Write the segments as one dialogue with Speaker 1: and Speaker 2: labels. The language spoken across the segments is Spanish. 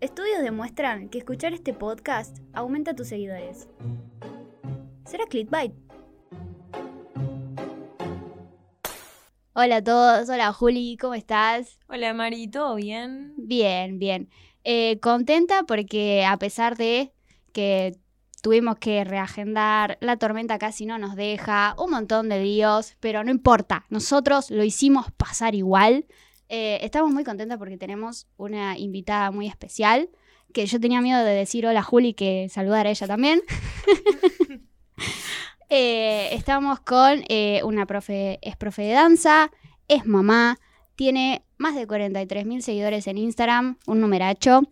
Speaker 1: Estudios demuestran que escuchar este podcast aumenta tus seguidores. ¿Será clickbait? Hola a todos, hola Juli, ¿cómo estás?
Speaker 2: Hola Mari, ¿todo bien?
Speaker 1: Bien, bien. Eh, contenta porque a pesar de que tuvimos que reagendar, la tormenta casi no nos deja, un montón de líos, pero no importa, nosotros lo hicimos pasar igual. Eh, estamos muy contentas porque tenemos una invitada muy especial, que yo tenía miedo de decir hola Juli, que saludar a ella también. Eh, estamos con eh, una profe, es profe de danza, es mamá, tiene más de 43 mil seguidores en Instagram, un numeracho.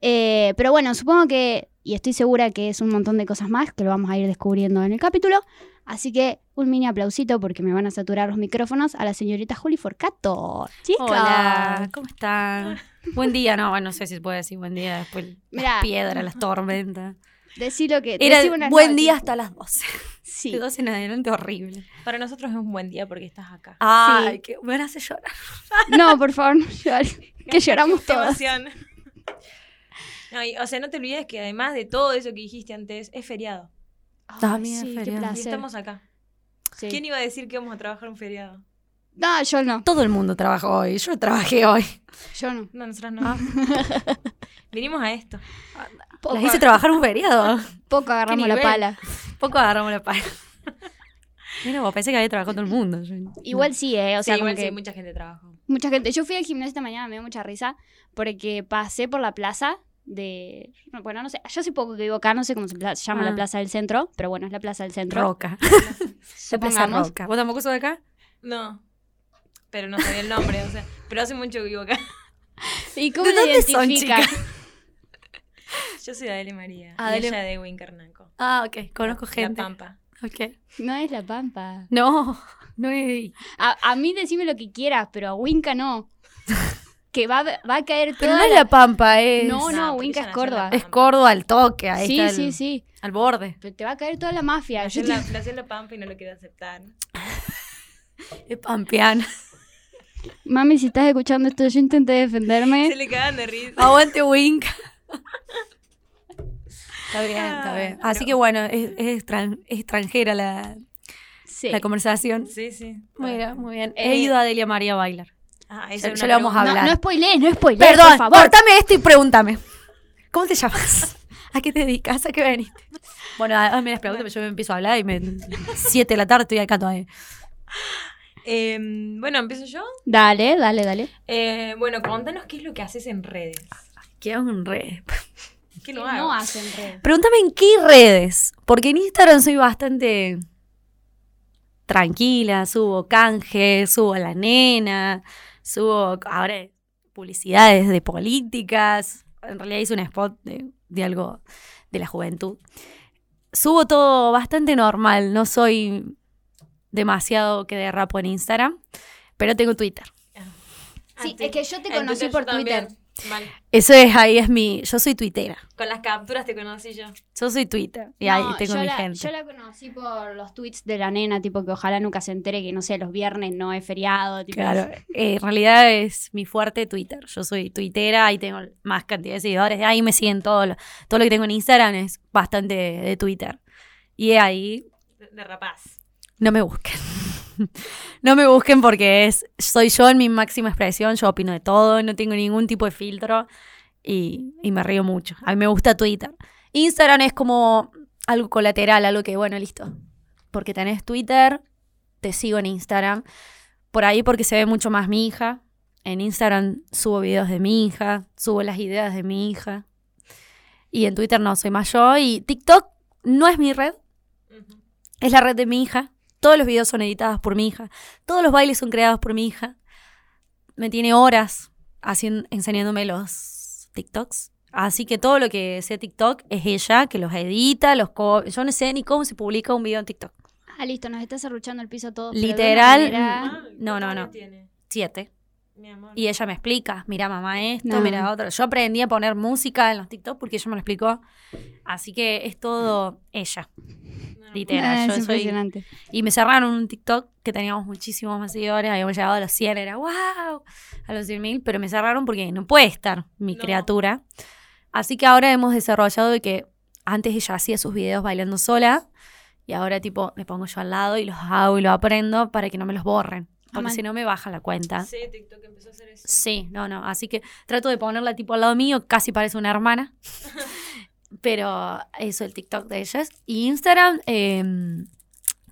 Speaker 1: Eh, pero bueno, supongo que, y estoy segura que es un montón de cosas más que lo vamos a ir descubriendo en el capítulo. Así que un mini aplausito porque me van a saturar los micrófonos a la señorita Juli Forcato. Chica.
Speaker 2: Hola, ¿cómo están? buen día, no, bueno, no sé si se puede decir buen día después
Speaker 1: Mirá.
Speaker 2: las piedras, las tormentas.
Speaker 1: Decí lo que
Speaker 2: Era
Speaker 1: decí unas
Speaker 2: buen
Speaker 1: notas.
Speaker 2: día hasta las 12.
Speaker 1: Sí.
Speaker 2: De 12 en adelante horrible.
Speaker 3: Para nosotros es un buen día porque estás acá.
Speaker 2: Ay, que me hace llorar.
Speaker 1: No, por favor, no llores, que lloramos
Speaker 3: Qué
Speaker 1: todos.
Speaker 3: emoción. No, y, o sea, no te olvides que además de todo eso que dijiste antes, es feriado.
Speaker 2: También
Speaker 1: sí,
Speaker 2: es
Speaker 1: qué
Speaker 2: Ah, feriado.
Speaker 3: Y
Speaker 1: placer.
Speaker 3: estamos acá.
Speaker 1: Sí.
Speaker 3: ¿Quién iba a decir que vamos a trabajar un feriado?
Speaker 1: No, yo no,
Speaker 2: Todo el mundo trabaja hoy, yo trabajé hoy.
Speaker 1: yo no.
Speaker 3: No, nosotros no.
Speaker 1: Ah.
Speaker 3: Vinimos a esto.
Speaker 1: Poco,
Speaker 2: Las hice trabajar un periodo.
Speaker 1: poco agarramos
Speaker 2: ¿Qué
Speaker 1: la
Speaker 2: nivel?
Speaker 1: pala.
Speaker 2: Poco agarramos la pala. Mira, vos pensé que había trabajado todo el mundo. Yo-
Speaker 1: Igual sí, eh, o sea,
Speaker 3: sí,
Speaker 1: como
Speaker 3: igual
Speaker 1: que
Speaker 3: sí, mucha gente trabajó.
Speaker 1: mucha gente. Yo fui al gimnasio esta mañana, me dio mucha risa, porque pasé por la plaza de, bueno, no sé, yo hace poco que vivo acá, no sé cómo se pla- llama
Speaker 2: Ah.
Speaker 1: la plaza del centro, pero bueno, es la plaza del centro.
Speaker 2: Roca. La plaza
Speaker 1: Supongamos.
Speaker 2: Roca. ¿Vos tampoco sos de acá?
Speaker 3: No. Pero no sabía el nombre, o sea. Pero hace mucho que vivo acá.
Speaker 1: ¿Y cómo
Speaker 2: ¿De
Speaker 1: lo
Speaker 2: dónde son,
Speaker 1: identifica?
Speaker 3: Yo soy de Adele María.
Speaker 2: Adele-
Speaker 3: Y ella de Wincarnaco.
Speaker 2: Ah, ok. Conozco gente.
Speaker 3: La Pampa.
Speaker 2: Ok.
Speaker 1: No es la pampa.
Speaker 2: No, no es.
Speaker 1: A, a mí decime lo que quieras, pero a Winca no. que va, a- va a caer
Speaker 2: Pero
Speaker 1: toda
Speaker 2: no es
Speaker 1: la-
Speaker 2: la Pampa, es.
Speaker 1: No, no, Winca
Speaker 3: porque ella
Speaker 1: es
Speaker 3: nació en La
Speaker 1: Córdoba.
Speaker 3: Pampa.
Speaker 2: Es Córdoba al toque, ahí
Speaker 1: Sí,
Speaker 2: está.
Speaker 1: sí,
Speaker 2: al-
Speaker 1: sí.
Speaker 2: Al borde.
Speaker 1: Pero te va a caer toda la mafia.
Speaker 3: Nació
Speaker 1: Ah, Yo
Speaker 3: en
Speaker 1: te-
Speaker 3: la- nació en La Pampa y no lo quiero aceptar.
Speaker 2: Es pampeana.
Speaker 1: Mami, si estás escuchando esto, yo intenté defenderme.
Speaker 3: Se le cagan de risa.
Speaker 1: Ah.
Speaker 2: Aguante Wink. Está bien, está
Speaker 3: Ah,
Speaker 2: bien. Así
Speaker 3: pero-
Speaker 2: que bueno, es, es extran- es extranjera la,
Speaker 1: Sí.
Speaker 2: la conversación.
Speaker 3: Sí, sí.
Speaker 2: Muy bien, muy bien.
Speaker 1: Eh,
Speaker 2: He ido a Delia María a bailar.
Speaker 3: Ah,
Speaker 2: Ya-
Speaker 3: esa
Speaker 2: ya lo vamos a
Speaker 1: No,
Speaker 2: hablar.
Speaker 1: no spoilees, no spoilees,
Speaker 2: Perdón,
Speaker 1: por favor.
Speaker 2: cortame esto y pregúntame. ¿Cómo te llamas? ¿A qué te dedicas? ¿A qué veniste? Bueno, a, me las preguntas, yo me empiezo a hablar y me. Siete de la tarde estoy acá todavía.
Speaker 3: Eh, bueno, empiezo yo.
Speaker 1: Dale, dale, dale.
Speaker 3: Eh, bueno, contanos qué es lo que haces en redes.
Speaker 2: Queda un re.
Speaker 3: ¿Qué lo hago?
Speaker 1: No ah, hacen red.
Speaker 2: Pregúntame en qué redes, porque en Instagram soy bastante tranquila, subo canje, subo a la nena, subo ahora publicidades de políticas, en realidad hice un spot de, de algo de la juventud. Subo todo bastante normal, no soy demasiado que derrapo en Instagram, pero tengo Twitter.
Speaker 3: Ah,
Speaker 1: Sí, es que yo te
Speaker 3: En
Speaker 1: conocí
Speaker 3: Twitter
Speaker 1: por
Speaker 3: yo también.
Speaker 1: Twitter.
Speaker 3: Vale.
Speaker 2: Eso es, ahí es mi, yo soy Twittera,
Speaker 3: Con las capturas te conocí yo.
Speaker 2: yo soy Twitter y ahí
Speaker 1: No,
Speaker 2: tengo
Speaker 1: yo
Speaker 2: mi
Speaker 1: la,
Speaker 2: gente.
Speaker 1: Yo la conocí por los tweets de la nena, tipo que ojalá nunca se entere que, no sé, los viernes no es feriado. Tipo
Speaker 2: Claro, eh, en realidad es mi fuerte Twitter. Yo soy tuitera y tengo más cantidad de seguidores. Ahí me siguen todo lo, todo lo que tengo en Instagram es bastante de, de Twitter. Y ahí
Speaker 3: De, de rapaz.
Speaker 2: no me busquen. no me busquen porque es soy yo en mi máxima expresión, yo opino de todo, no tengo ningún tipo de filtro y, y me río mucho. A mí me gusta Twitter. Instagram es como algo colateral, algo que, bueno, listo. Porque tenés Twitter, te sigo en Instagram. Por ahí porque se ve mucho más mi hija. En Instagram subo videos de mi hija, subo las ideas de mi hija. Y en Twitter no, soy más yo. Y TikTok no es mi red,
Speaker 3: Ujú.
Speaker 2: es la red de mi hija. Todos los videos son editados por mi hija. Todos los bailes son creados por mi hija. Me tiene horas hacien- enseñándome los TikToks. Así que todo lo que sea TikTok es ella que los edita, los co- yo no sé ni cómo se publica un video en TikTok.
Speaker 1: Ah, listo, nos está arruchando el piso todo.
Speaker 2: Literal,
Speaker 1: Perdona,
Speaker 3: Ay,
Speaker 2: no, no,
Speaker 3: Ah, ¿cuántos
Speaker 2: no.
Speaker 3: años tiene,
Speaker 2: Siete.
Speaker 3: mi amor?
Speaker 2: Y ella me explica, mira mamá esto,
Speaker 1: No.
Speaker 2: mira otro. Yo aprendí a poner música en los TikTok porque ella me lo explicó. Así que es todo ella.
Speaker 3: No, no,
Speaker 2: literal.
Speaker 1: mira. Ah,
Speaker 2: yo
Speaker 1: es
Speaker 2: soy-
Speaker 1: impresionante.
Speaker 2: Y me cerraron un TikTok que teníamos muchísimos más seguidores, habíamos llegado a los 100, era wow, a los 100.000, pero me cerraron porque no puede estar mi
Speaker 3: No.
Speaker 2: criatura. Así que ahora hemos desarrollado de que antes ella hacía sus videos bailando sola y ahora tipo me pongo yo al lado y los hago y los aprendo para que no me los borren. Porque
Speaker 1: mal.
Speaker 2: si no me baja la cuenta.
Speaker 3: Sí, TikTok empezó a hacer eso.
Speaker 2: Sí, no, no. Así que trato de ponerla tipo al lado mío, casi parece una hermana. Pero eso, el TikTok de ellas. Y Instagram, eh,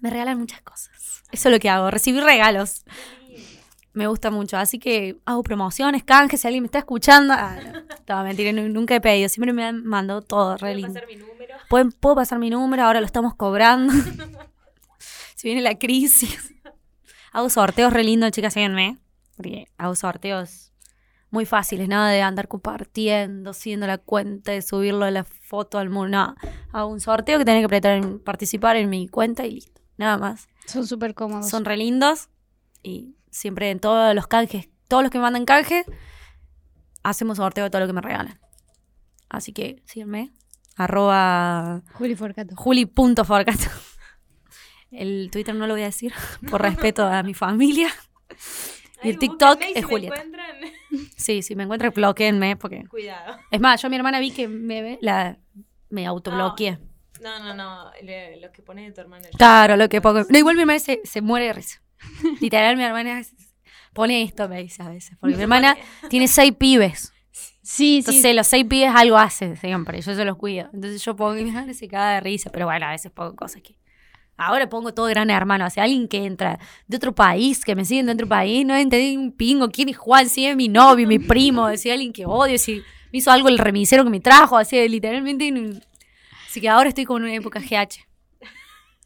Speaker 2: me regalan muchas cosas. Eso es lo que hago, recibir regalos. Me gusta mucho, así que hago promociones, canjes, si alguien me está escuchando. Ah, no, no, mentira, nu- nunca he pedido, siempre me han mandado todo,
Speaker 3: Voy
Speaker 2: re
Speaker 3: a
Speaker 2: lindo.
Speaker 3: pasar mi número.
Speaker 2: Pueden, puedo pasar mi número, ahora lo estamos cobrando. si viene la crisis. Hago sorteos re lindos, chicas, síganme. Porque hago sorteos muy fáciles, nada de andar compartiendo, siguiendo la cuenta, de subirlo a la foto al muro. No, hago un sorteo que tenés que apretar en- participar en mi cuenta y listo. Nada más.
Speaker 1: Son súper cómodos.
Speaker 2: Son re lindos y siempre en todos los canjes, todos los que me mandan canjes, hacemos sorteo de todo lo que me regalan. Así que síganme. Arroba
Speaker 1: Juli Forcato.
Speaker 2: Juli.forcato. El Twitter no lo voy a decir por respeto a mi familia. Y
Speaker 3: Ahí
Speaker 2: el TikTok
Speaker 3: búsquenme y
Speaker 2: es
Speaker 3: si me
Speaker 2: Julieta.
Speaker 3: encuentran,
Speaker 2: Sí, si me encuentran, bloqueenme. Porque...
Speaker 3: Cuidado.
Speaker 2: Es más, yo a mi hermana vi que me, ve- la, me autobloqueé.
Speaker 3: No, no, no. le- los que pones de tu hermana.
Speaker 2: Claro, lo que poco. No, igual mi hermana se, se muere de risa. Literal, mi hermana es- pone esto, me dice a veces. Porque mi hermana tiene seis pibes.
Speaker 1: Sí, sí.
Speaker 2: Entonces, los seis pibes algo hacen siempre. Yo se los cuido. Entonces, yo pongo y mi hermana se caga de risa. Pero bueno, a veces pongo cosas que. Ahora pongo todo gran hermano. O sea, alguien que entra de otro país, que me siguen de otro país, no entendí un pingo quién es Juan, si es mi novio, mi primo, si es alguien que odio, si me hizo algo el remisero que me trajo. Así, literalmente. no- Así que ahora estoy como en una época GH.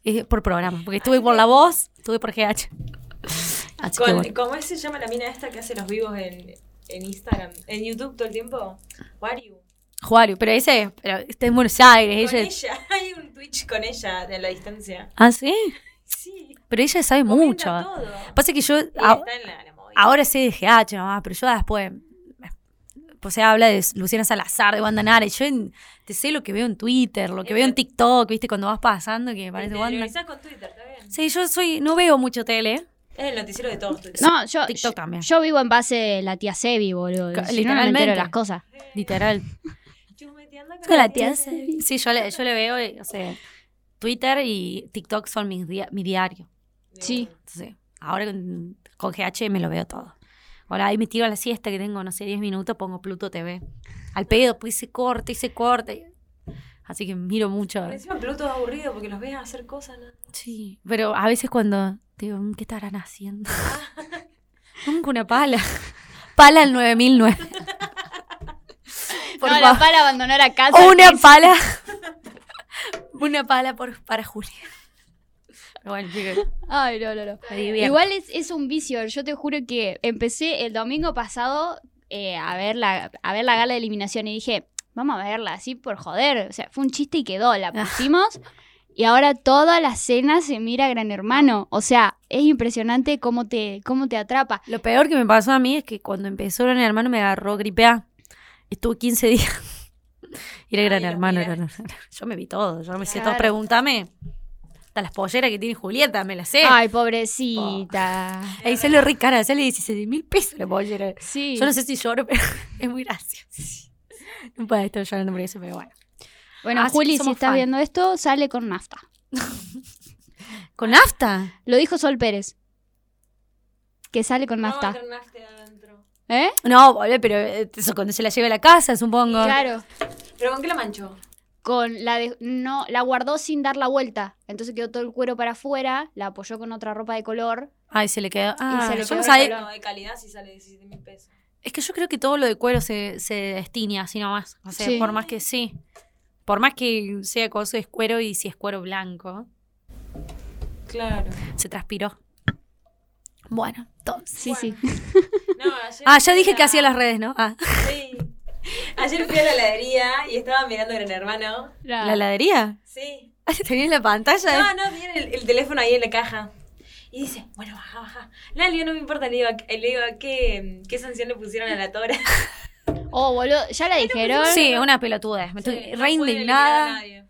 Speaker 2: Es por programa. Porque estuve por la voz, estuve por GH. Así que
Speaker 3: Con-
Speaker 2: bueno.
Speaker 3: ¿Cómo se llama la mina esta que hace los vivos en, en Instagram? En YouTube todo el tiempo. Wario.
Speaker 2: Juario, pero ese es- pero está en Buenos Aires.
Speaker 3: Con
Speaker 2: Ella,
Speaker 3: ella. Hay un Twitch con ella de la distancia.
Speaker 2: Ah, sí.
Speaker 3: Sí.
Speaker 2: Pero ella sabe mucho.
Speaker 3: comenta todo.
Speaker 2: Pasa que yo
Speaker 3: Y
Speaker 2: a-
Speaker 3: está en la, la movida.
Speaker 2: ahora sé de GH nomás, pero yo después. Pues se habla de Luciana Salazar, de Wanda Nara. y Yo en- te sé lo que veo en Twitter, lo que veo en TikTok, ¿viste? Cuando vas pasando, que me
Speaker 3: Te
Speaker 2: parece Wanda.
Speaker 3: interiorizás con Twitter, está bien.
Speaker 2: Sí, yo soy, no veo mucho tele.
Speaker 3: Es el noticiero de todos Twitter.
Speaker 1: no, yo,
Speaker 2: TikTok
Speaker 1: yo-
Speaker 2: también.
Speaker 1: yo vivo en base de la tía Sebi, boludo.
Speaker 2: Ca-
Speaker 1: Si no, no me entero
Speaker 2: literalmente.
Speaker 1: de las cosas.
Speaker 2: Literal.
Speaker 3: Chumeteando con
Speaker 2: Con la tía
Speaker 3: Sebi.
Speaker 2: Sí, yo le, yo le veo, eh, o sea, Twitter y TikTok son mis dia- mi diario.
Speaker 3: De
Speaker 1: Sí.
Speaker 3: una.
Speaker 2: Entonces, ahora con, con GH me lo veo todo. Ahora ahí me tiro a la siesta que tengo, no sé, 10 minutos, pongo Pluto TV. Al pedo, pues se corta y se corta. Así que miro mucho.
Speaker 3: Pero Encima Pluto es aburrido porque los ves hacer cosas. ¿no?
Speaker 2: Sí, pero a veces cuando digo, "Mm, ¿qué estarán haciendo? Nunca una pala. Pala al 9009. Por
Speaker 1: no,
Speaker 2: favor.
Speaker 1: la para abandonar a casa.
Speaker 2: O una
Speaker 1: es-
Speaker 2: pala. una pala por, para Julia. Pero bueno, chicos,
Speaker 1: Ay, no, no, no.
Speaker 2: me divierto.
Speaker 1: Igual es, es un vicio. Yo te juro que empecé el domingo pasado eh, a, ver la, a ver la gala de eliminación y dije, vamos a verla así por joder. O sea, fue un chiste y quedó. La
Speaker 2: Ah.
Speaker 1: pusimos y ahora toda la cena se mira a Gran Hermano. O sea, es impresionante cómo te, cómo te atrapa.
Speaker 2: Lo peor que me pasó a mí es que cuando empezó Gran Hermano me agarró gripe A. Estuve 15 días. Y era Gran
Speaker 3: Ay, los
Speaker 2: Hermano.
Speaker 3: miraste.
Speaker 2: Gran Hermano. Yo me vi todo. Yo me sé todo.
Speaker 1: Claro.
Speaker 2: Pregúntame. Hasta las polleras que tiene Julieta, me las sé.
Speaker 1: Ay, pobrecita.
Speaker 2: Ahí sale re cara, sale 16 mil pesos la pollera.
Speaker 1: Sí.
Speaker 2: Yo no sé si lloro, pero es muy gracioso. No puedo estar llorando por eso, pero bueno.
Speaker 1: Bueno,
Speaker 2: Así que
Speaker 1: Juli, si
Speaker 2: Ah, somos
Speaker 1: estás
Speaker 2: fan.
Speaker 1: viendo esto, sale con nafta.
Speaker 2: ¿Con nafta?
Speaker 1: Lo dijo Sol Pérez. Que sale con
Speaker 3: No,
Speaker 1: nafta.
Speaker 3: entra nafta adentro.
Speaker 1: ¿Eh?
Speaker 2: No, boludo, pero eh, eso cuando se la lleve a la casa, supongo.
Speaker 1: Claro.
Speaker 3: ¿Pero con qué la manchó?
Speaker 1: con la de- no la guardó sin dar la vuelta entonces quedó todo el cuero para afuera la apoyó con otra ropa de color
Speaker 2: Ay, se le quedó. Ah,
Speaker 1: se le
Speaker 2: yo
Speaker 1: quedó
Speaker 2: no
Speaker 1: el
Speaker 2: sabía-
Speaker 1: color.
Speaker 3: de calidad si sale 17 mil pesos.
Speaker 2: Es que yo creo que todo lo de cuero se, se destiña así nomás. O sea,
Speaker 1: Sí.
Speaker 2: por más que sí. Por más que sea cosa es cuero y si es cuero blanco,
Speaker 3: Claro.
Speaker 2: se transpiró. Bueno, entonces.
Speaker 1: sí
Speaker 3: Bueno.
Speaker 1: sí
Speaker 3: No, ayer
Speaker 2: Ah, ya
Speaker 3: fui
Speaker 2: dije
Speaker 3: a-
Speaker 2: que hacía las redes, ¿no? Ah,
Speaker 3: Sí. Ayer fui a la heladería y estaba mirando Gran Hermano.
Speaker 2: la heladería.
Speaker 3: Sí.
Speaker 2: Ah, ¿Tenías la pantalla?
Speaker 3: No, no, tiene el, el teléfono ahí en la caja. Y dice, bueno, baja, baja. No, le digo, no me importa. Le digo, ¿a qué- le digo ¿a qué, qué sanción le pusieron a la tora?
Speaker 1: oh boludo ya la dijeron
Speaker 2: Sí, una pelotuda. Me estoy
Speaker 3: Sí, no
Speaker 2: re
Speaker 3: pueden eliminar a
Speaker 2: indignada.
Speaker 3: nadie.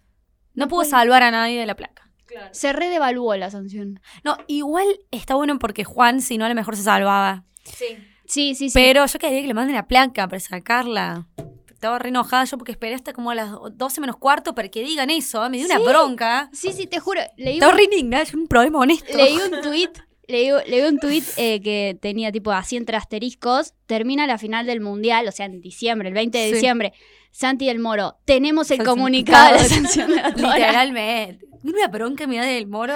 Speaker 2: No pudo salvar a nadie de la placa.
Speaker 3: Claro.
Speaker 1: se redevaluó la sanción
Speaker 2: No, igual está bueno porque Juan, si no, a lo mejor se salvaba.
Speaker 3: Sí.
Speaker 1: sí sí sí
Speaker 2: Pero yo quería que le manden la placa para sacarla. estaba re enojada yo porque esperé hasta como a las 12 menos cuarto para que digan eso. ¿eh? Me dio una bronca.
Speaker 1: Sí, sí, te juro. Leí
Speaker 2: Estaba
Speaker 1: un,
Speaker 2: re indignada, es un problema honesto.
Speaker 1: leí un tweet. Leí, leí un tweet eh, que tenía tipo así entre asteriscos. Termina la final del mundial, o sea, en diciembre, el 20 de
Speaker 2: Sí.
Speaker 1: diciembre. Santi del Moro, tenemos el
Speaker 2: Sanción-
Speaker 1: comunicado de la sanción de Dora.
Speaker 2: Literalmente. Una bronca me da del moro.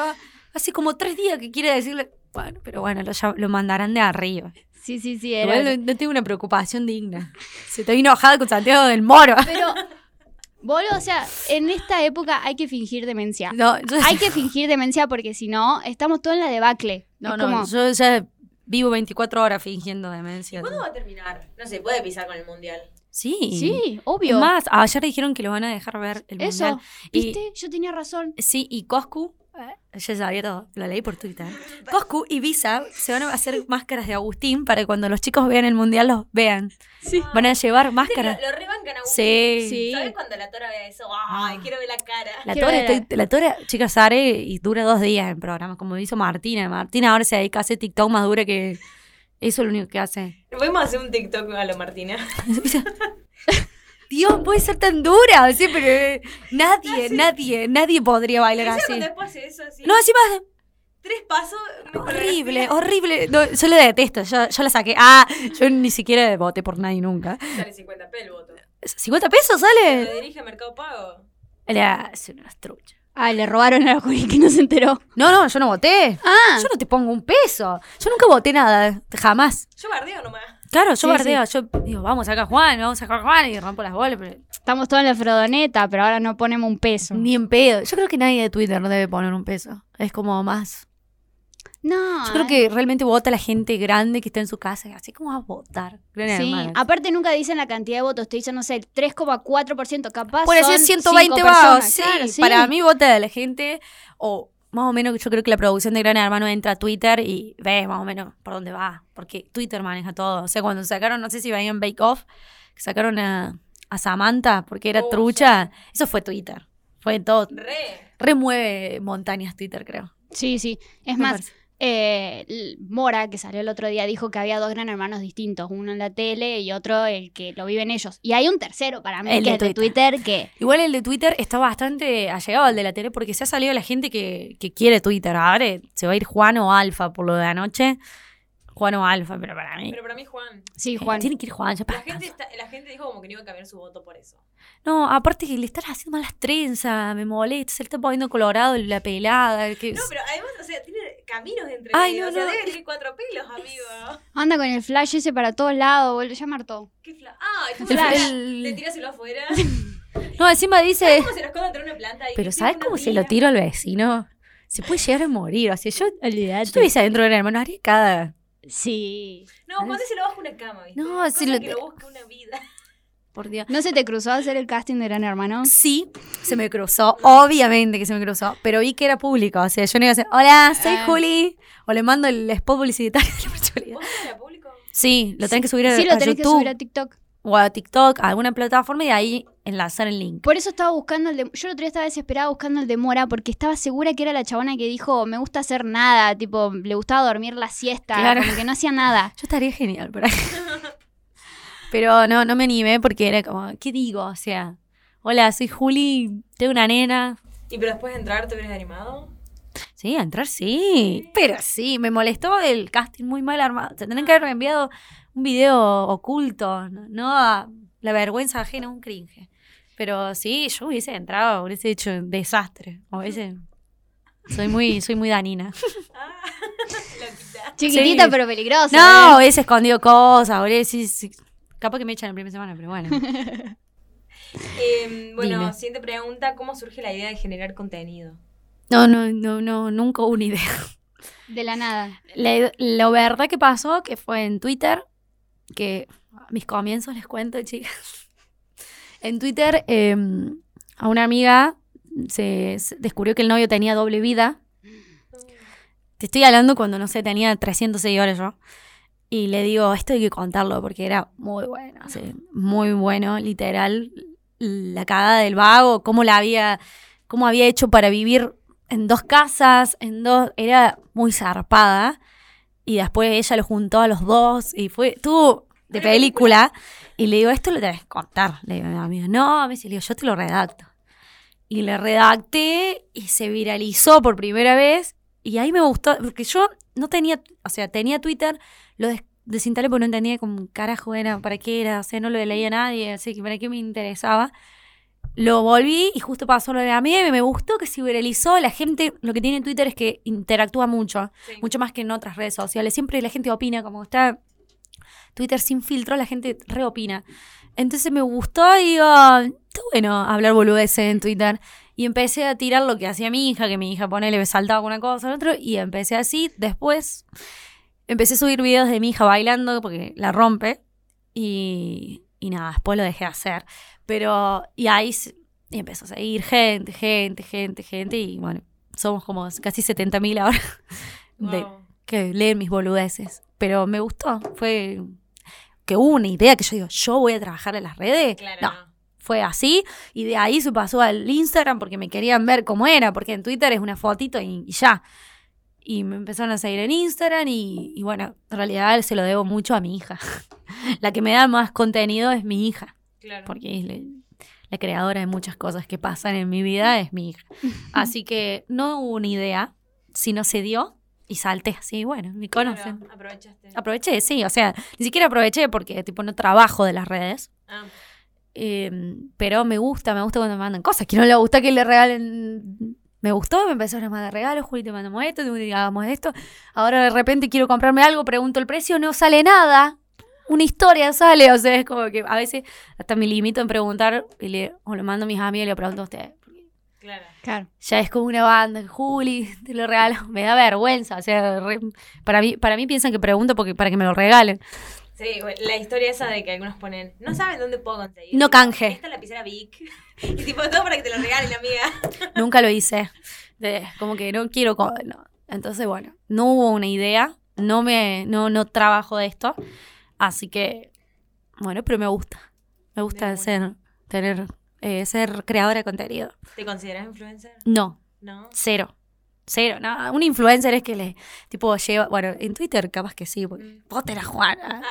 Speaker 2: Hace como tres días que quiere decirle. Bueno, pero bueno, lo, llam- lo mandarán de arriba.
Speaker 1: Sí, sí, sí, era.
Speaker 2: Igual no, no tengo una preocupación digna. Se estoy enojada con Santiago del Moro.
Speaker 1: Pero, boludo, o sea, en esta época hay que fingir demencia.
Speaker 2: No, yo,
Speaker 1: Hay que fingir demencia porque si no, estamos todos en la debacle.
Speaker 2: no,
Speaker 1: Es
Speaker 2: no,
Speaker 1: como-
Speaker 2: yo ya vivo 24 horas fingiendo demencia.
Speaker 3: ¿Cuándo va a terminar? No se puede pisar con el mundial.
Speaker 2: Sí.
Speaker 1: Sí,
Speaker 2: Es
Speaker 1: obvio.
Speaker 2: más, ayer dijeron que lo van a dejar ver el
Speaker 1: Eso,
Speaker 2: mundial. Y-
Speaker 1: ¿viste? Yo tenía razón.
Speaker 2: Sí, y Coscu, eh, yo sabía todo, lo leí por Twitter. Coscu y Visa se van a hacer máscaras de Agustín para que cuando los chicos vean el mundial los vean.
Speaker 1: Sí.
Speaker 2: Van a llevar
Speaker 3: Viste que
Speaker 2: máscaras.
Speaker 3: Lo, lo rebancan a uno.
Speaker 2: Ah, Sí.
Speaker 1: Sí.
Speaker 3: ¿Sabes cuando la tora vea eso? ¡Ay, quiero ver la cara!
Speaker 2: La
Speaker 1: Quiero
Speaker 2: tora,
Speaker 1: ver.
Speaker 2: te- la tora, chicas, sale y dura dos días en programa, como hizo Martina. Martina ahora se dedica a hacer TikTok más dura que. Eso es lo único que hace.
Speaker 3: Podemos hacer un TikTok a lo Martina.
Speaker 2: Dios, puede ser tan dura. Sí, pero eh, nadie, nadie, nadie podría bailar
Speaker 3: Ella
Speaker 2: así.
Speaker 3: cuando después hace eso así.
Speaker 2: No, así más.
Speaker 3: Tres pasos. una
Speaker 2: Horrible, oh. horrible. No, yo la detesto, yo, yo la saqué. Ah, yo ni siquiera voté por nadie nunca.
Speaker 3: coreografía. Sale 50 p el voto.
Speaker 2: Eh. ¿50 pesos
Speaker 3: ¿Lo
Speaker 2: sale?
Speaker 3: dirige a Mercado Pago?
Speaker 2: La, es una trucha.
Speaker 1: Ah, le robaron a Juli que no se enteró.
Speaker 2: No, no, yo no voté.
Speaker 1: Ah,
Speaker 2: Yo no te pongo un peso. Yo nunca voté nada, jamás.
Speaker 3: Yo bardeo nomás.
Speaker 2: Claro, yo
Speaker 1: Sí,
Speaker 2: bardeo, yo digo, vamos a sacar a Juan, vamos a sacar a Juan y rompo las bolas, pero
Speaker 1: estamos todos en la frodoneta, pero ahora no ponemos un peso.
Speaker 2: ni en pedo. Yo creo que nadie de Twitter no debe poner un peso. Es como más.
Speaker 1: No.
Speaker 2: Yo creo
Speaker 1: eh.
Speaker 2: que realmente vota la gente grande que está en su casa. Así como vas a votar. Gran
Speaker 1: eh, Sí,
Speaker 2: hermano.
Speaker 1: aparte nunca dicen la cantidad de votos, te dicen, no sé, el 3,4%, capaz.
Speaker 2: Puede ser
Speaker 1: Ah, son
Speaker 2: 120
Speaker 1: cinco
Speaker 2: vaos.
Speaker 1: personas.
Speaker 2: Sí,
Speaker 1: Claro, sí.
Speaker 2: Para mí vota de la gente. O más o menos yo creo que la producción de Gran Hermano entra a Twitter y ve más o menos por dónde va. Porque Twitter maneja todo. O sea, cuando sacaron, no sé si veían Bake Off, que sacaron a, a Samantha porque era
Speaker 3: Oh,
Speaker 2: trucha. Eso fue Twitter. Fue todo.
Speaker 3: Re.
Speaker 2: Remueve montañas Twitter, creo.
Speaker 1: Sí, sí. Es
Speaker 2: Me
Speaker 1: más,
Speaker 2: parece.
Speaker 1: eh, l- Mora, que salió el otro día, dijo que había dos gran hermanos distintos, uno en la tele y otro el que lo viven ellos. Y hay un tercero para mí,
Speaker 2: El
Speaker 1: que
Speaker 2: de
Speaker 1: es de Twitter, que...
Speaker 2: Igual el de Twitter está bastante allegado al de la tele porque se ha salido la gente que, que quiere Twitter. Ahora se va a ir Juan o Alfa por lo de anoche. Juan o Alfa, pero para mí.
Speaker 3: Pero para mí, Juan.
Speaker 1: Sí,
Speaker 2: Eh,
Speaker 1: Juan.
Speaker 2: Tiene que ir Juan, ya
Speaker 3: La
Speaker 2: para
Speaker 3: gente,
Speaker 2: casa.
Speaker 3: está- la gente dijo como que no iba a cambiar su voto por eso.
Speaker 2: No, aparte que le están haciendo malas trenzas, me molesta, se le está poniendo colorado la pelada. el Que...
Speaker 3: No, pero además, o sea, tiene caminos entre
Speaker 2: Ay,
Speaker 3: medio,
Speaker 2: no,
Speaker 3: o sea,
Speaker 2: no,
Speaker 3: debe
Speaker 2: es-
Speaker 3: tener cuatro pelos, amigo.
Speaker 1: Anda con el flash ese para todos lados, boludo. Ya martó.
Speaker 3: Qué fla... Ah, es como
Speaker 1: El-
Speaker 3: la-
Speaker 2: el-
Speaker 3: Le tiráselo afuera.
Speaker 2: No, encima
Speaker 3: ¿Sabes
Speaker 2: dice.
Speaker 3: cómo se lo esconde entre una planta? ahí?
Speaker 2: Pero
Speaker 3: Tiene
Speaker 2: ¿sabes
Speaker 3: una
Speaker 2: cómo se lo
Speaker 3: pila.
Speaker 2: tiro al vecino? Se puede llegar a morir. O sea, yo, yo estuviese adentro de la hermana, haría cada.
Speaker 1: Sí.
Speaker 3: No, Juan se lo bajo una cama, ¿viste?
Speaker 2: No,
Speaker 3: Cosa
Speaker 2: si lo-
Speaker 3: que lo busca una vida.
Speaker 2: Por Dios.
Speaker 1: ¿No se te cruzó hacer el casting de Gran Hermano?
Speaker 2: Sí, se me cruzó, obviamente que se me cruzó, pero vi que era público. O sea, yo no iba a decir, hola, soy
Speaker 1: Ah.
Speaker 2: Juli. O le mando el spot publicitario de la virtualidad.
Speaker 3: ¿Vos sos la público?
Speaker 2: Sí, lo tenés que subir a,
Speaker 1: sí, lo
Speaker 2: Eh, a
Speaker 1: tenés que
Speaker 2: YouTube.
Speaker 1: subir a TikTok.
Speaker 2: o a TikTok, a alguna plataforma y de ahí enlazar el link.
Speaker 1: Por eso estaba buscando el de... Yo el otro día estaba desesperada buscando el de Mora porque estaba segura que era la chabona que dijo, me gusta hacer nada, tipo, le gustaba dormir la siesta,
Speaker 2: Claro.
Speaker 1: como que no hacía nada.
Speaker 2: Yo estaría genial, pero... pero no, no me animé porque era como, ¿qué digo? O sea, hola, soy Juli, tengo una nena.
Speaker 3: ¿Y pero después de entrar te hubieras animado?
Speaker 2: Sí, a entrar sí. Pero sí, me molestó el casting muy mal armado. Se tendrían que haber enviado un video oculto, no, No a la vergüenza ajena, un cringe. Pero sí, yo hubiese entrado, hubiese hecho un desastre. O hubiese... Soy muy, soy muy danina.
Speaker 3: Ah, loquita.
Speaker 1: Chiquitita
Speaker 2: Sí.
Speaker 1: pero peligrosa. ¿eh?
Speaker 2: No, hubiese escondido cosas, hubiese... sí, sí. Capaz que me echan la primera semana, pero bueno.
Speaker 3: Eh, bueno,
Speaker 2: Dime.
Speaker 3: siguiente pregunta. ¿Cómo surge la idea de generar contenido?
Speaker 2: No, no, no, no, nunca hubo una idea.
Speaker 1: De la nada.
Speaker 2: La, la verdad que pasó, que fue en Twitter, que a mis comienzos les cuento, chicas. En Twitter, eh, a una amiga se, se descubrió que el novio tenía doble vida. Te estoy hablando cuando, no sé, tenía 300 seguidores yo. Y le digo, esto hay que contarlo porque era muy bueno, sí, muy bueno, literal. La cagada del vago, cómo la había, cómo había hecho para vivir en dos casas, en dos, era muy zarpada. Y después ella lo juntó a los dos y fue, tú, de
Speaker 3: Una
Speaker 2: película. Y le digo, esto lo tenés que cortar. Le digo a mi amigo, no, me dice, le digo, yo te lo redacto. Y le redacté y se viralizó por primera vez. Y ahí me gustó, porque yo no tenía, o sea, tenía Twitter, lo des- desinstalé porque no entendía como carajo era, para qué era, o sea, no lo leía a nadie, así que para qué me interesaba. Lo volví y justo pasó lo de a mí y me gustó que se viralizó. La gente, lo que tiene Twitter es que interactúa mucho
Speaker 3: Sí.
Speaker 2: mucho más que en otras redes sociales. Siempre la gente opina, como está Twitter sin filtro, la gente reopina. Entonces me gustó y digo, está bueno hablar boludeces en Twitter. Y empecé a tirar lo que hacía mi hija, que mi hija ponele, me saltaba con una cosa al otro, y empecé así. Después empecé a subir videos de mi hija bailando, porque la rompe, y, y nada, después lo dejé de hacer. Pero, y ahí s- y empezó a seguir gente, gente, gente, gente, y bueno, somos como casi 70.000 ahora de-
Speaker 3: Wow.
Speaker 2: que leen mis boludeces. Pero me gustó. Fue que hubo una idea que yo digo, yo voy a trabajar en las redes.
Speaker 3: Claro,
Speaker 2: no,
Speaker 3: no.
Speaker 2: fue así. Y de ahí se pasó al Instagram porque me querían ver cómo era, porque en Twitter es una fotito y, y ya. Y me empezaron a seguir en Instagram y, y bueno, en realidad se lo debo mucho a mi hija. La que me da más contenido es mi hija,
Speaker 3: claro.
Speaker 2: porque es la, la creadora de muchas cosas que pasan en mi vida es mi hija. Así que no hubo una idea, sino se dio y salté así, bueno, me conocen.
Speaker 3: Claro, aprovechaste.
Speaker 2: Aproveché, sí, o sea, ni siquiera aproveché porque tipo no trabajo de las redes.
Speaker 3: Ah,
Speaker 2: eh, pero me gusta, me gusta cuando me mandan cosas. Que no le gusta que le regalen. Me gustó, me empezaron a mandar regalos, Juli, te mandamos esto, te- hagamos esto. Ahora de repente quiero comprarme algo, pregunto el precio, no sale nada. Una historia sale, o sea, es como que a veces hasta me limito en preguntar y le, o le mando a mis amigos y le pregunto a ustedes.
Speaker 3: claro.
Speaker 1: Claro.
Speaker 2: Ya es como una banda, Juli, te lo regalo. Me da vergüenza, o sea, re- para, mí, para mí piensan que pregunto porque, para que me lo regalen.
Speaker 3: Sí, bueno, la historia esa de que algunos ponen, no saben dónde puedo conseguir.
Speaker 2: No
Speaker 3: Tipo,
Speaker 2: canje.
Speaker 3: Esta lapicera Vic. Y tipo, todo para que te lo regalen, amiga.
Speaker 2: Nunca lo hice. De- como que no quiero. co- no. Entonces, bueno, no hubo una idea. No me. No, no trabajo de esto. Así que. Bueno, pero me gusta. Me gusta
Speaker 3: De una.
Speaker 2: ser. Tener. eh, ser creadora de contenido.
Speaker 3: ¿Te consideras influencer?
Speaker 2: No,
Speaker 3: No.
Speaker 2: cero. Cero. No, un influencer es que le. Tipo, lleva. Bueno, en Twitter capaz que sí. Porque,
Speaker 3: Mm.
Speaker 2: vos te la ah, Juana.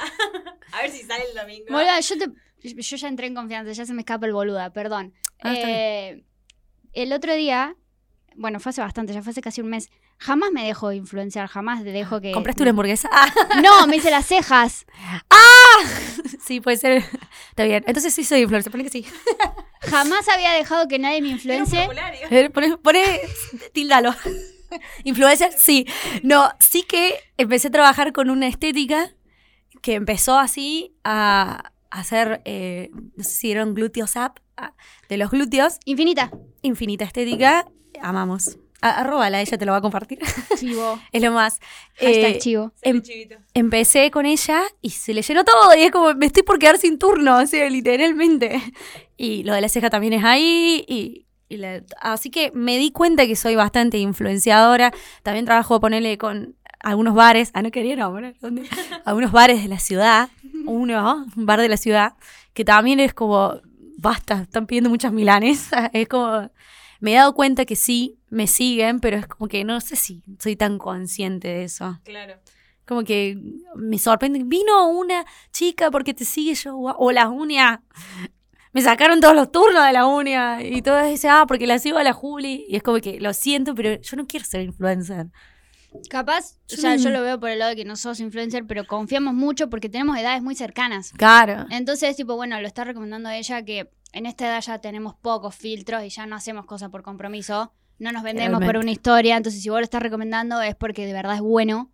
Speaker 3: A ver si sale el domingo.
Speaker 1: Boluda, yo, te- yo ya entré en confianza, ya se me escapa el boluda, perdón.
Speaker 2: Ah, está bien.
Speaker 1: Eh, el otro día, bueno, fue hace bastante, ya fue hace casi un mes, jamás me dejó influenciar, jamás te dejo que...
Speaker 2: ¿Compraste una hamburguesa? Ah,
Speaker 1: No, me hice las cejas.
Speaker 2: sí, puede ser. Está bien. Entonces sí soy influencer. Poné que sí.
Speaker 1: Jamás había dejado que nadie me
Speaker 3: Era un
Speaker 1: influencie.
Speaker 3: formulario.
Speaker 2: Eh, Poné, poné- tíldalo. Influencer, sí. No, sí que empecé a trabajar con una estética que empezó así a hacer, eh, no sé si eran glúteos up, ah, de los glúteos,
Speaker 1: Infinita.
Speaker 2: infinita estética, amamos. A- Arróbala, ella te lo va a compartir.
Speaker 1: Chivo.
Speaker 2: Es lo más.
Speaker 1: Hashtag
Speaker 2: Eh,
Speaker 1: chivo.
Speaker 3: Sale
Speaker 2: em-
Speaker 3: chivito.
Speaker 2: empecé con ella y se le llenó todo y es como me estoy por quedar sin turno, o sea, literalmente. Y lo de la ceja también es ahí y, y la- así que me di cuenta que soy bastante influenciadora. También trabajo ponerle con algunos bares, ah no quería nombrar, ¿dónde? algunos bares de la ciudad, uno, un bar de la ciudad que también es como basta, están pidiendo muchas milanes, es como me he dado cuenta que sí me siguen, pero es como que no sé si soy tan consciente de eso.
Speaker 3: Claro.
Speaker 2: Como que me sorprende. Vino una chica porque te sigue yo. guau, O las uñas. Me sacaron todos los turnos de la uña. Y todas dicen, ah, porque la sigo a la Juli. Y es como que lo siento, pero yo no quiero ser influencer.
Speaker 1: Capaz,
Speaker 2: yo
Speaker 1: o sea,
Speaker 2: no-
Speaker 1: yo lo veo por el lado de que no sos influencer, pero confiamos mucho porque tenemos edades muy cercanas.
Speaker 2: Claro.
Speaker 1: Entonces, tipo, bueno, lo está recomendando ella que en esta edad ya tenemos pocos filtros y ya no hacemos cosas por compromiso. No nos vendemos
Speaker 2: Realmente.
Speaker 1: por una historia. Entonces, si vos lo estás recomendando es porque de verdad es bueno.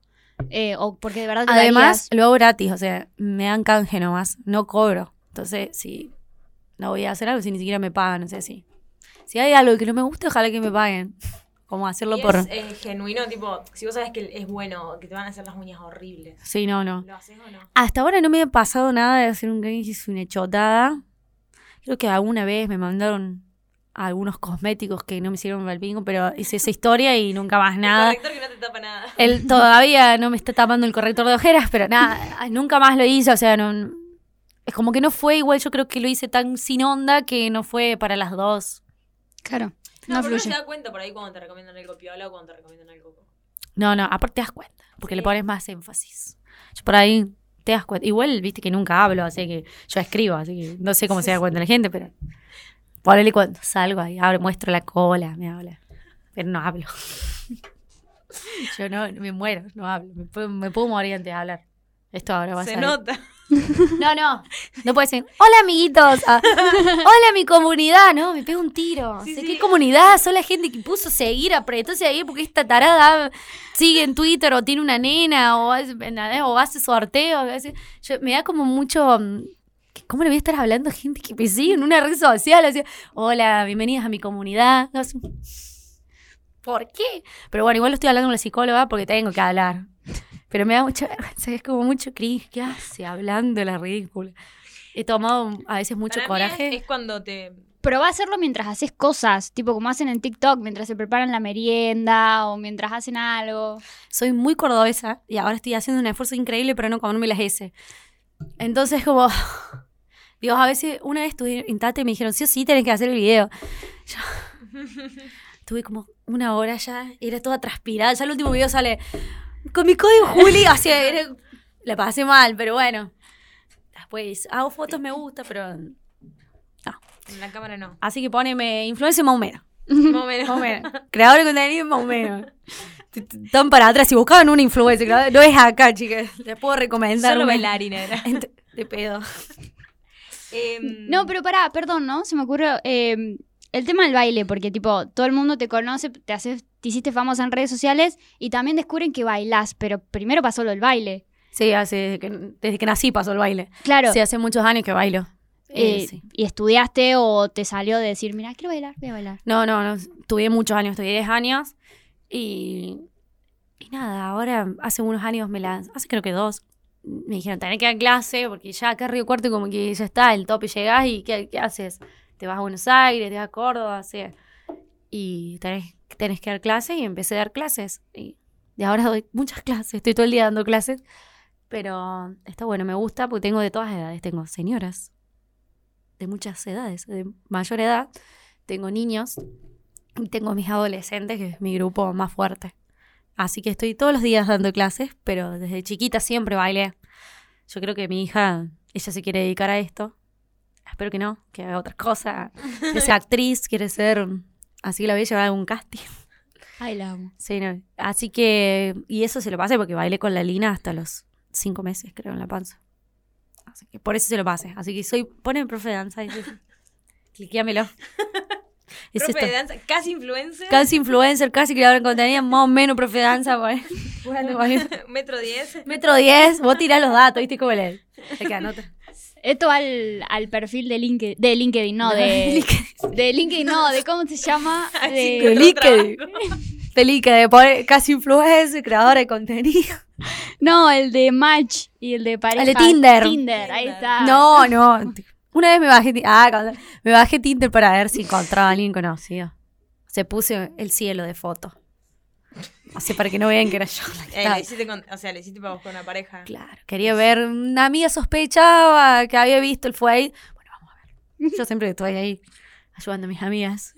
Speaker 1: eh, o porque de verdad te
Speaker 2: Además,
Speaker 1: darías.
Speaker 2: lo hago gratis. O sea, me dan canje nomás. No cobro. Entonces, si no voy a hacer algo, si ni siquiera me pagan. O sea, sí. Si hay algo que no me gusta, ojalá que me paguen. Como hacerlo
Speaker 3: Y
Speaker 2: por.
Speaker 3: es eh, genuino, tipo, si vos sabes que es bueno, que te van a hacer las uñas horribles.
Speaker 2: Sí, no, no.
Speaker 3: ¿Lo haces o no?
Speaker 2: Hasta ahora no me ha pasado nada de hacer un canje y una chotada. Creo que alguna vez me mandaron algunos cosméticos que no me hicieron el pingo, pero hice esa historia y nunca más nada.
Speaker 3: El corrector que no te tapa nada.
Speaker 2: Él todavía no me está tapando el corrector de ojeras, pero nada, ay, nunca más lo hice, o sea, no, es como que no fue igual, yo creo que lo hice tan sin onda que no fue para las dos.
Speaker 1: Claro,
Speaker 3: No,
Speaker 1: no,
Speaker 3: pero uno se
Speaker 1: fluye.
Speaker 3: da cuenta por ahí cuando te recomiendan algo piola o cuando te recomiendan algo.
Speaker 2: No, no, aparte te das cuenta, porque
Speaker 3: Sí.
Speaker 2: le pones más énfasis. Yo por ahí te das cuenta. Igual, viste que nunca hablo, así que yo escribo, así que no sé cómo se da cuenta la gente, pero ponele cuando salgo ahí, abro, muestro la cola, me habla. Pero no hablo. yo no, me muero, no hablo. Me, puedo- me puedo morir antes de hablar. Esto ahora va a
Speaker 3: Se
Speaker 2: ser.
Speaker 3: nota.
Speaker 2: No, no. No puedes decir, hola amiguitos, ah, hola mi comunidad, ¿no? Me pego un tiro.
Speaker 3: Sí,
Speaker 2: O sea,
Speaker 3: sí.
Speaker 2: ¿Qué comunidad? Son la gente que puso seguir, apretó seguir porque esta tarada sigue en Twitter o tiene una nena o, hace- eh, o hace sorteo. hace- yo- me da como mucho... mm, que ¿Cómo le voy a estar hablando a gente que me sigue en una red social? O sea, hola, bienvenidas a mi comunidad. No, es un- ¿Por qué? Pero bueno, igual lo estoy hablando con la psicóloga porque tengo que hablar. Pero me da mucha vergüenza, es como mucho cringe. ¿Qué hace hablando la ridícula? He tomado a veces mucho
Speaker 3: Para mí
Speaker 2: coraje.
Speaker 3: es- es cuando te
Speaker 1: Pero va a hacerlo mientras haces cosas, tipo como hacen en TikTok, mientras se preparan la merienda o mientras hacen algo.
Speaker 2: Soy muy cordobesa y ahora estoy haciendo un esfuerzo increíble para no comerme las S. Entonces, como. Dios, a veces una vez estuve en Tate y me dijeron, sí o sí, tenés que hacer el video. Yo. Estuve como una hora ya, era toda transpirada. Ya el último video sale con mi código Juli. Así, era- la pasé mal, pero bueno. Después hago fotos, me gusta, pero.
Speaker 3: En la cámara no.
Speaker 2: Así que poneme influencer más o menos.
Speaker 3: Más o menos.
Speaker 2: Más o menos. Creador de contenido, más o menos. T- t- Están para atrás. Si buscaban un influencer, creador- no es acá, chicas. Les puedo recomendar.
Speaker 3: Solo
Speaker 2: una-
Speaker 3: bailarina era.
Speaker 2: Ent- De pedo.
Speaker 3: Em,
Speaker 1: No, pero pará, perdón, ¿no? Se me ocurre eh, el tema del baile, porque tipo, todo el mundo te conoce, te, haces, te hiciste famosa en redes sociales y también descubren que bailás, pero primero pasó lo del baile.
Speaker 2: Sí, hace que, desde que nací pasó el baile.
Speaker 1: Claro.
Speaker 2: Sí, hace muchos años que bailo. Eh,
Speaker 1: eh,
Speaker 2: sí.
Speaker 1: Y estudiaste o te salió de decir, mira, quiero bailar, voy a bailar.
Speaker 2: No, no, no. Estudié muchos años, estudié 10 años. Y, y nada, ahora hace unos años me lanzé, hace creo que dos, me dijeron, tenés que dar clase, porque ya acá en Río Cuarto como que ya está, el tope llegás y ¿qué, qué haces? Te vas a Buenos Aires, te vas a Córdoba, o sea, y tenés, tenés que dar clases y empecé a dar clases. Y, y ahora doy muchas clases, estoy todo el día dando clases. Pero está bueno, me gusta porque tengo de todas edades, tengo señoras de muchas edades, de mayor edad, tengo niños y tengo mis adolescentes, que es mi grupo más fuerte. Así que estoy todos los días dando clases, pero desde chiquita siempre bailé. Yo creo que mi hija, ella se quiere dedicar a esto. Espero que no, que haga otra cosa. Que sea actriz, quiere ser... Así que la voy a llevar a algún casting.
Speaker 1: Ay, la amo.
Speaker 2: Sí, no. Así que... Y eso se lo pasé porque bailé con la Lina hasta los cinco meses, creo, en la panza. Así que por eso se lo pasé. Así que soy... Pone profe de danza. y- Cliquéamelo. Es
Speaker 3: profe
Speaker 2: esto.
Speaker 3: de danza, casi influencer.
Speaker 2: Casi influencer, casi creador de contenido, más o menos profe de danza. bueno.
Speaker 3: Metro 10.
Speaker 2: Metro 10, vos tirás los datos, ¿viste cómo lees? Te quedan otros.
Speaker 1: Esto va al, al perfil de LinkedIn, de LinkedIn, no, de, de LinkedIn, no, de cómo se llama.
Speaker 3: Así
Speaker 1: de-
Speaker 3: que-
Speaker 2: LinkedIn.
Speaker 3: Eh,
Speaker 2: Te LinkedIn, poner casi influencer, creador de contenido.
Speaker 1: no, el de Match y el de pareja.
Speaker 2: de Tinder.
Speaker 1: Tinder, ahí está.
Speaker 2: No, no. Una vez me bajé, ti- ah, cuando- me bajé Tinder para ver si encontraba a alguien conocido. Se puse el cielo de foto. Así para que no vean que era yo la que
Speaker 3: Eh,
Speaker 2: estaba.
Speaker 3: le hiciste con- o sea, le hiciste para buscar una pareja.
Speaker 2: Claro, quería ver, una amiga sospechaba que había visto el fue ahí. Bueno, vamos a ver. Yo siempre estoy ahí ayudando a mis amigas.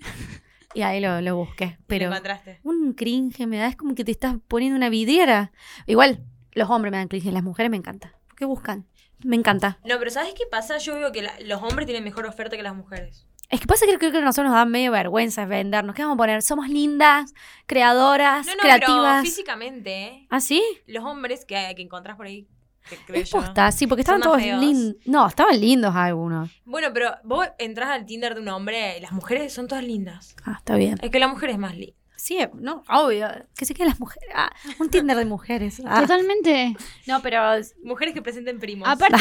Speaker 2: Y ahí lo, lo busqué.
Speaker 3: Pero.
Speaker 2: Pero
Speaker 3: Lo encontraste.
Speaker 2: un cringe me da, es como que te estás poniendo una vidriera. Igual, los hombres me dan cringe, las mujeres me encanta. ¿Qué buscan? Me encanta.
Speaker 3: No, pero ¿sabes qué pasa? Yo veo que la- los hombres tienen mejor oferta que las mujeres.
Speaker 2: Es que pasa que creo que a nosotros nos da medio vergüenza vendernos. ¿Qué vamos a poner? Somos lindas, creadoras,
Speaker 3: No, no, pero
Speaker 2: creativas.
Speaker 3: físicamente, ¿eh?
Speaker 2: ¿Ah, sí?
Speaker 3: los hombres que, que encontrás por ahí. que creo
Speaker 2: Es
Speaker 3: yo.
Speaker 2: posta, sí, porque
Speaker 3: Son
Speaker 2: estaban
Speaker 3: más
Speaker 2: todos
Speaker 3: feos.
Speaker 2: lindos. No, estaban lindos algunos.
Speaker 3: Bueno, pero vos entras al Tinder de un hombre y las mujeres son todas lindas.
Speaker 2: Ah, está bien.
Speaker 3: Es que la mujer es más linda.
Speaker 2: Sí, no, obvio. Que se queden las mujeres. Ah, un Tinder de mujeres. Ah.
Speaker 1: Totalmente.
Speaker 2: No, pero.
Speaker 3: Mujeres que presenten primos.
Speaker 1: Aparte,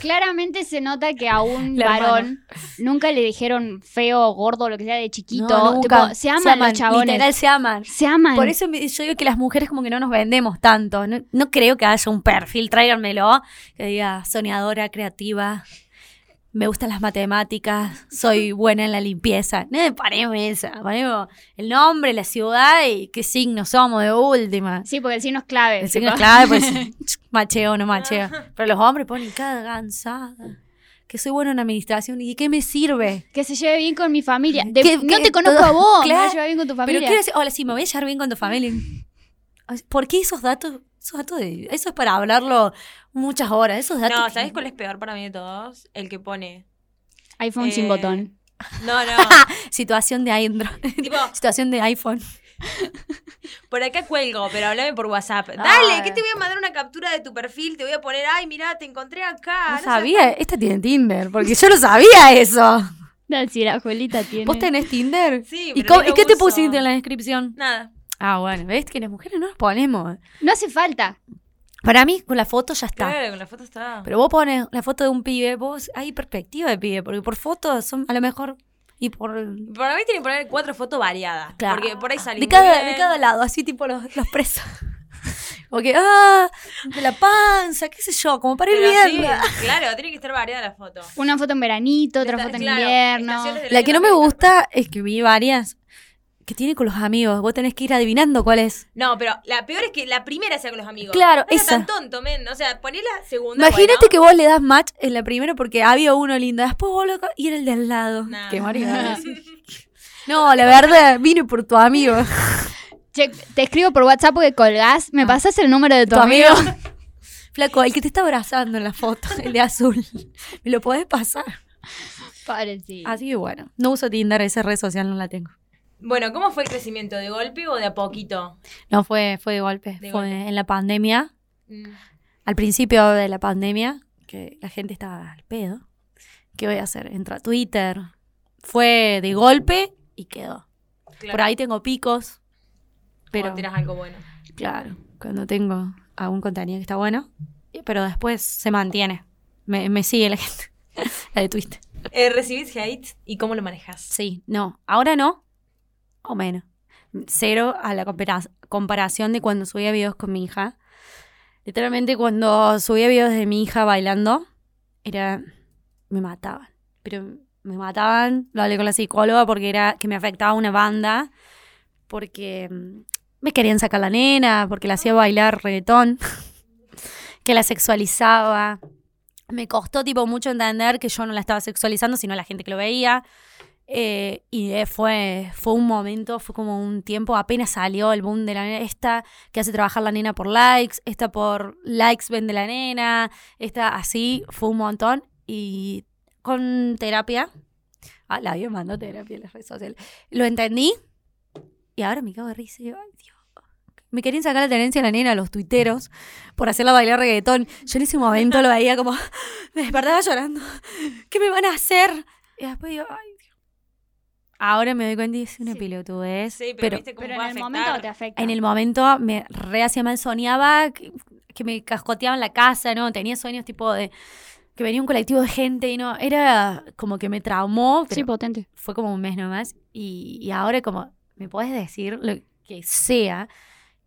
Speaker 1: claramente se nota que a un
Speaker 2: La hermana.
Speaker 1: varón nunca le dijeron feo, gordo, lo que sea de chiquito.
Speaker 2: no, nunca.
Speaker 1: Tipo, se aman, los chabones.
Speaker 2: Literal, se aman.
Speaker 1: Se aman.
Speaker 2: Por eso me- yo digo que las mujeres como que no nos vendemos tanto. No, no creo que haya un perfil, tráiganmelo, que diga soñadora, creativa, me gustan las matemáticas, soy buena en la limpieza. No, poneme esa, poneme el nombre, la ciudad y qué signo somos de última.
Speaker 1: Sí, porque el signo es clave.
Speaker 2: El
Speaker 1: tipo.
Speaker 2: signo es clave, pues macheo no macheo. Pero los hombres ponen cada cansada. Que soy bueno en administración. ¿Y de qué me sirve?
Speaker 1: Que se lleve bien con mi familia. De-
Speaker 2: Que-
Speaker 1: no
Speaker 2: que
Speaker 1: te conozco
Speaker 2: todo-
Speaker 1: a vos, me
Speaker 2: claro,
Speaker 1: voy a llevar bien con tu
Speaker 2: Pero
Speaker 1: familia.
Speaker 2: quiero decir, hola, sí, me voy a llevar bien con tu familia. O sea, ¿Por qué esos datos Esos datos de- eso es para hablarlo muchas horas. Esos datos.
Speaker 3: No,
Speaker 2: que-
Speaker 3: ¿sabes cuál es peor para mí de todos? El que pone.
Speaker 1: iPhone
Speaker 3: Eh,
Speaker 1: sin botón.
Speaker 3: No, no.
Speaker 2: Situación de Android.
Speaker 3: tipo,
Speaker 2: Situación de iPhone.
Speaker 3: por acá cuelgo, pero háblame por WhatsApp. Dale,
Speaker 2: Ah.
Speaker 3: que te voy a mandar una captura de tu perfil, te voy a poner, ay, mirá, te encontré acá.
Speaker 2: no
Speaker 3: sé
Speaker 2: sabía. Esta tiene Tinder, porque yo no sabía eso.
Speaker 1: No, si la Juelita tiene.
Speaker 2: ¿Vos tenés Tinder?
Speaker 3: Sí,
Speaker 2: ¿Y,
Speaker 3: pero
Speaker 2: cómo-
Speaker 3: no
Speaker 2: y
Speaker 3: lo
Speaker 2: qué te
Speaker 3: uso.
Speaker 2: pusiste en la descripción?
Speaker 3: Nada.
Speaker 2: Ah, bueno, ¿ves que las mujeres no nos ponemos?
Speaker 1: No hace falta.
Speaker 2: Para mí, con la foto ya está.
Speaker 3: Claro, con la foto está.
Speaker 2: Pero vos pones la foto de un pibe, vos hay perspectiva de pibe, porque por fotos son a lo mejor y por
Speaker 3: Para mí tienen que poner cuatro fotos variadas.
Speaker 2: claro,
Speaker 3: Porque por ahí salen.
Speaker 2: de cada,
Speaker 3: bien.
Speaker 2: de cada lado, así tipo los, los presos. Porque, ah, de la panza, qué sé yo, como para ir
Speaker 3: Pero sí,
Speaker 2: viendo.
Speaker 3: claro, tiene que estar variada la foto.
Speaker 1: Una foto en veranito, otra
Speaker 3: Está-
Speaker 1: foto en
Speaker 3: claro,
Speaker 1: invierno.
Speaker 3: estaciones del
Speaker 2: La
Speaker 3: año
Speaker 2: que no me
Speaker 3: también.
Speaker 2: gusta es que vi varias que tiene con los amigos, vos tenés que ir adivinando cuál es.
Speaker 3: No, pero la peor es que la primera sea con los amigos.
Speaker 2: Claro,
Speaker 3: no seas
Speaker 2: esa.
Speaker 3: tan tonto, men. O sea, poné la segunda.
Speaker 2: Imagínate
Speaker 3: bueno.
Speaker 2: que vos le das match en la primera porque había uno lindo, después vos lo y era el de al lado.
Speaker 3: Nah.
Speaker 2: Qué marido. No, la verdad, vine por tu amigo.
Speaker 1: Che, te escribo por WhatsApp porque colgás.
Speaker 2: Ah.
Speaker 1: ¿Me pasás el número de tu, amigo?
Speaker 2: Flaco, el que te está abrazando en la foto, el de azul. ¿Me lo podés pasar?
Speaker 1: Pobrecito.
Speaker 2: Así que bueno, no uso Tinder, esa red social no la tengo.
Speaker 3: Bueno, ¿cómo fue el crecimiento? ¿De golpe o de a poquito?
Speaker 2: No, fue, fue de golpe.
Speaker 3: De
Speaker 2: fue
Speaker 3: golpe.
Speaker 2: en la pandemia,
Speaker 3: Mm.
Speaker 2: al principio de la pandemia, que la gente estaba al pedo. ¿Qué voy a hacer? Entra a Twitter. Fue de golpe y quedó.
Speaker 3: Claro.
Speaker 2: Por ahí tengo picos. Pero,
Speaker 3: O tirás algo bueno.
Speaker 2: claro, cuando tengo algún contenido que está bueno. Pero después se mantiene. Me, me sigue la gente. la de Twitter.
Speaker 3: Eh, ¿Recibís hate y cómo lo manejas?
Speaker 2: Sí, no. Ahora no. O menos. Cero a la compara- comparación de cuando subía videos con mi hija. Literalmente cuando subía videos de mi hija bailando, era... Me mataban. Pero me mataban. Lo hablé con la psicóloga porque era que me afectaba una banda. Porque mm, me querían sacar la nena, porque la hacía bailar reggaetón. que la sexualizaba. Me costó tipo mucho entender que yo no la estaba sexualizando, sino la gente que lo veía. Eh, y eh, fue, fue un momento, fue como un tiempo, apenas salió el boom de la nena, esta que hace trabajar la nena por likes, esta por likes vende la nena, esta así, fue un montón. Y con terapia, ah, la había mandado terapia en las redes sociales, lo entendí y ahora me cago de risa. y digo, "Ay, Dios". Me querían sacar la tenencia a la nena, a los tuiteros, por hacerla bailar reggaetón. Yo en ese momento lo veía como, me despertaba llorando, ¿qué me van a hacer? Y después digo, ay, Dios. Ahora me doy cuenta y es una
Speaker 1: Sí.
Speaker 2: pelotudez.
Speaker 3: Sí, pero,
Speaker 2: pero
Speaker 3: viste cómo
Speaker 1: Pero en
Speaker 3: puede
Speaker 1: el
Speaker 3: afectar.
Speaker 1: momento te afecta.
Speaker 2: en el momento me re hacía mal, soñaba que, que me cascoteaban la casa, ¿no? Tenía sueños tipo de que venía un colectivo de gente y no, era como que me traumó, pero
Speaker 1: Sí, potente.
Speaker 2: fue como un mes nomás y, y ahora como me puedes decir lo que sea,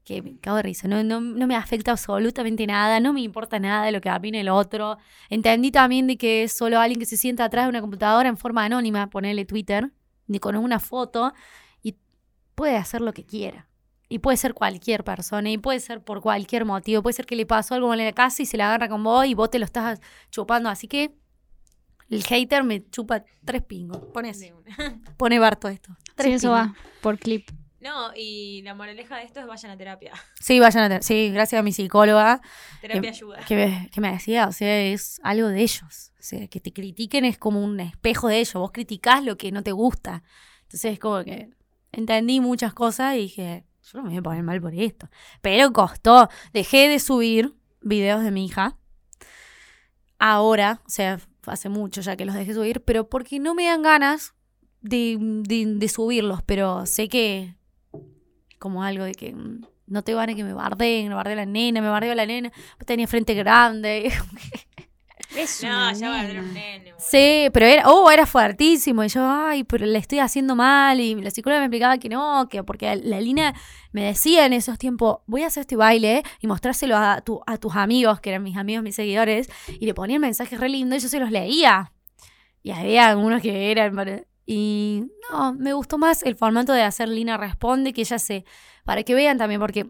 Speaker 2: que me cago de risa, no, no, no me afecta absolutamente nada, no me importa nada de lo que opine el otro. Entendí también de que es solo alguien que se sienta atrás de una computadora en forma anónima, ponerle Twitter, ni con una foto, y puede hacer lo que quiera. Y puede ser cualquier persona, y puede ser por cualquier motivo, puede ser que le pasó algo en la casa y se la agarra con vos y vos te lo estás chupando. Así que el hater me chupa tres pingos. Pone así.
Speaker 3: De una.
Speaker 2: Pone Barto esto.
Speaker 1: Sí,
Speaker 2: Tres
Speaker 1: eso
Speaker 2: pines.
Speaker 1: va. Por clip.
Speaker 3: No, y la moraleja de esto es vayan a terapia.
Speaker 2: Sí, vayan a tener. Sí, gracias a mi psicóloga
Speaker 3: Terapia ayuda.
Speaker 2: que me, que me decía, o sea, es algo de ellos. O sea, que te critiquen es como un espejo de ellos. Vos criticás lo que no te gusta. Entonces es como que entendí muchas cosas y dije, yo no me voy a poner mal por esto. Pero costó. Dejé de subir videos de mi hija. Ahora, o sea, hace mucho ya que los dejé subir, pero porque no me dan ganas de, de- de subirlos. Pero sé que como algo de que mm, no te van a que me bardeen, me bardee la nena, me bardeo la nena, tenía frente grande.
Speaker 1: Es
Speaker 3: No,
Speaker 1: una
Speaker 3: ya va a haber
Speaker 1: nena.
Speaker 3: un nene. boludo.
Speaker 2: Sí, pero era, oh, era fuertísimo. Y yo, ay, pero le estoy haciendo mal. Y la psicóloga me explicaba que no, que porque la Lina me decía en esos tiempos, voy a hacer este baile y mostrárselo a, tu- a tus amigos, que eran mis amigos, mis seguidores, y le ponían mensajes re lindos y yo se los leía. Y había algunos que eran... para- Y no, me gustó más el formato de hacer Lina Responde, que ella se... Para que vean también, porque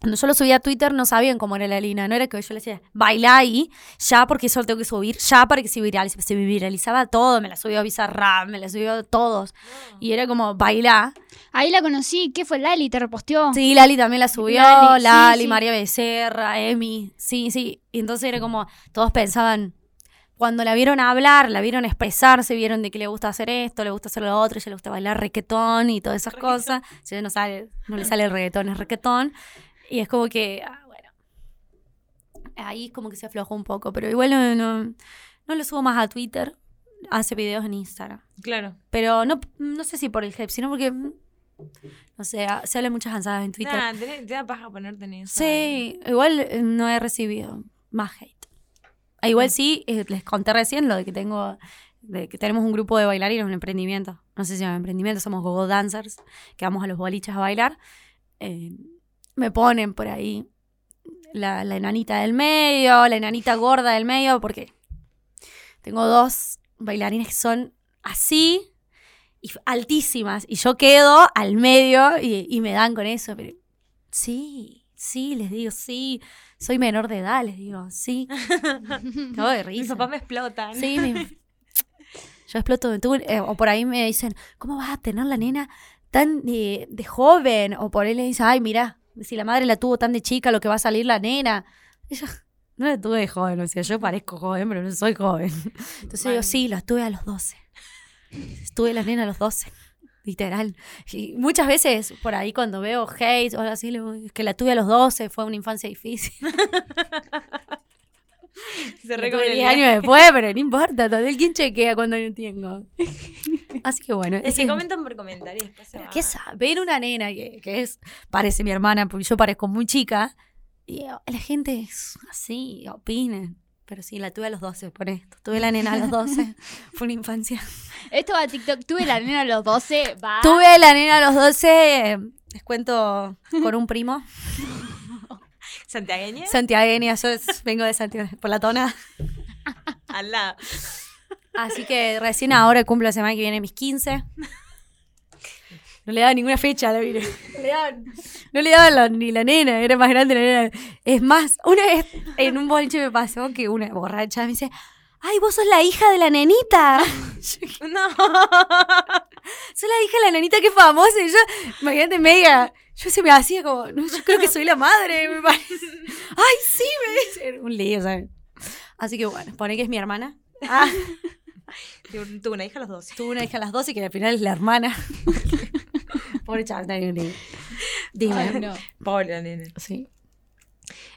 Speaker 2: Cuando yo lo subía a Twitter no sabían cómo era la Lina, no era que yo le decía, baila ahí, ya porque eso lo tengo que subir, ya para que se viralice, se viralizaba todo, me la subió Bizarrap, me la subió todos, y era como, baila.
Speaker 1: Ahí la conocí, ¿qué fue Lali? ¿Te reposteó?
Speaker 2: Sí, Lali también la subió,
Speaker 1: Lali,
Speaker 2: Lali,
Speaker 1: sí, sí.
Speaker 2: María Becerra, Emi, sí, sí, y entonces era como, todos pensaban, cuando la vieron hablar, la vieron expresarse, vieron de que le gusta hacer esto, le gusta hacer lo otro, ella le gusta bailar reggaetón y todas esas cosas, si no sale, no le sale el reggaetón, es reggaetón, y es como que, ah, bueno. Ahí como que se aflojó un poco, pero igual no, no, no lo subo más a Twitter. Hace videos en Instagram.
Speaker 3: Claro.
Speaker 2: Pero no, no sé si por el hype, sino porque. mm, No sé, ah, se hablan muchas cansadas en Twitter.
Speaker 3: Nah, tenés- te da paja ponerte en eso.
Speaker 2: sí, igual eh, no he recibido más hate. Ah, igual sí, eh, les conté recién lo de que tengo. De que tenemos un grupo de bailarines, un emprendimiento. No sé si se llama emprendimiento, somos go dancers, que vamos a los boliches a bailar. Eh, me ponen por ahí la, la enanita del medio, la enanita gorda del medio, porque tengo dos bailarines que son así y f- altísimas. Y yo quedo al medio y, y me dan con eso. Pero sí, sí, les digo, sí. Soy menor de edad, les digo, sí. Acabo de
Speaker 3: Mis
Speaker 2: risa.
Speaker 3: papás me explotan.
Speaker 2: Sí, mi- yo exploto. Tú, eh, o por ahí me dicen, ¿cómo vas a tener la nena tan eh, de joven? O por ahí le dicen, ay, mira, si la madre la tuvo tan de chica, lo que va a salir la nena. Y yo, no la tuve de joven, o sea, yo parezco joven, pero no soy joven. Entonces
Speaker 3: Mal.
Speaker 2: digo, sí, la tuve a los 12. Estuve la nena a los 12. Literal. Y muchas veces por ahí cuando veo hate o algo así, le digo, "Es que la tuve a los 12, fue una infancia difícil.
Speaker 3: Se
Speaker 2: Lo tuve 10
Speaker 3: recomienda.
Speaker 2: años después, pero no importa, total, ¿quién chequea cuando no tengo? Así que bueno.
Speaker 3: Es
Speaker 2: ese
Speaker 3: que
Speaker 2: es-
Speaker 3: comentan por comentar y después se
Speaker 2: Pero
Speaker 3: va.
Speaker 2: ¿Qué saber una nena que, que es, parece mi hermana, porque yo parezco muy chica? Y eh, la gente es así, opina. Pero sí, la tuve a los 12, por esto. Tuve la nena a los 12, fue una infancia.
Speaker 1: Esto va a TikTok. Tuve la nena a los 12.
Speaker 3: Ah.
Speaker 1: Va.
Speaker 2: Tuve la nena a los 12, eh, les cuento, con un primo.
Speaker 3: ¿Santiagueña?
Speaker 2: Santiagueña, yo es- vengo de Santiago, por la tona.
Speaker 3: Al lado.
Speaker 2: Así que recién ahora cumplo la semana que viene mis 15. No le daba ninguna fecha a la Vire. No le daban- No le daban la- ni la nena, era más grande la nena. Es más, una vez en un boliche me pasó que una borracha me dice, ay, vos sos la hija de la nenita. Yo dije,
Speaker 3: No.
Speaker 2: Sos la hija de la nenita, qué famosa. Y yo, imagínate, mega. Yo se me hacía como, no, yo creo que soy la madre, me parece. Ay, sí, me dice. Un lío, ¿sabes? Así que bueno, pone que es mi hermana. Ah.
Speaker 3: Tuve tuve una hija a los 12.
Speaker 2: Tuve una hija a las 12 que al final es la hermana. Pobre chaval, nadie le- Dime.
Speaker 1: Ay, no.
Speaker 3: Pobre la nena.
Speaker 2: Sí.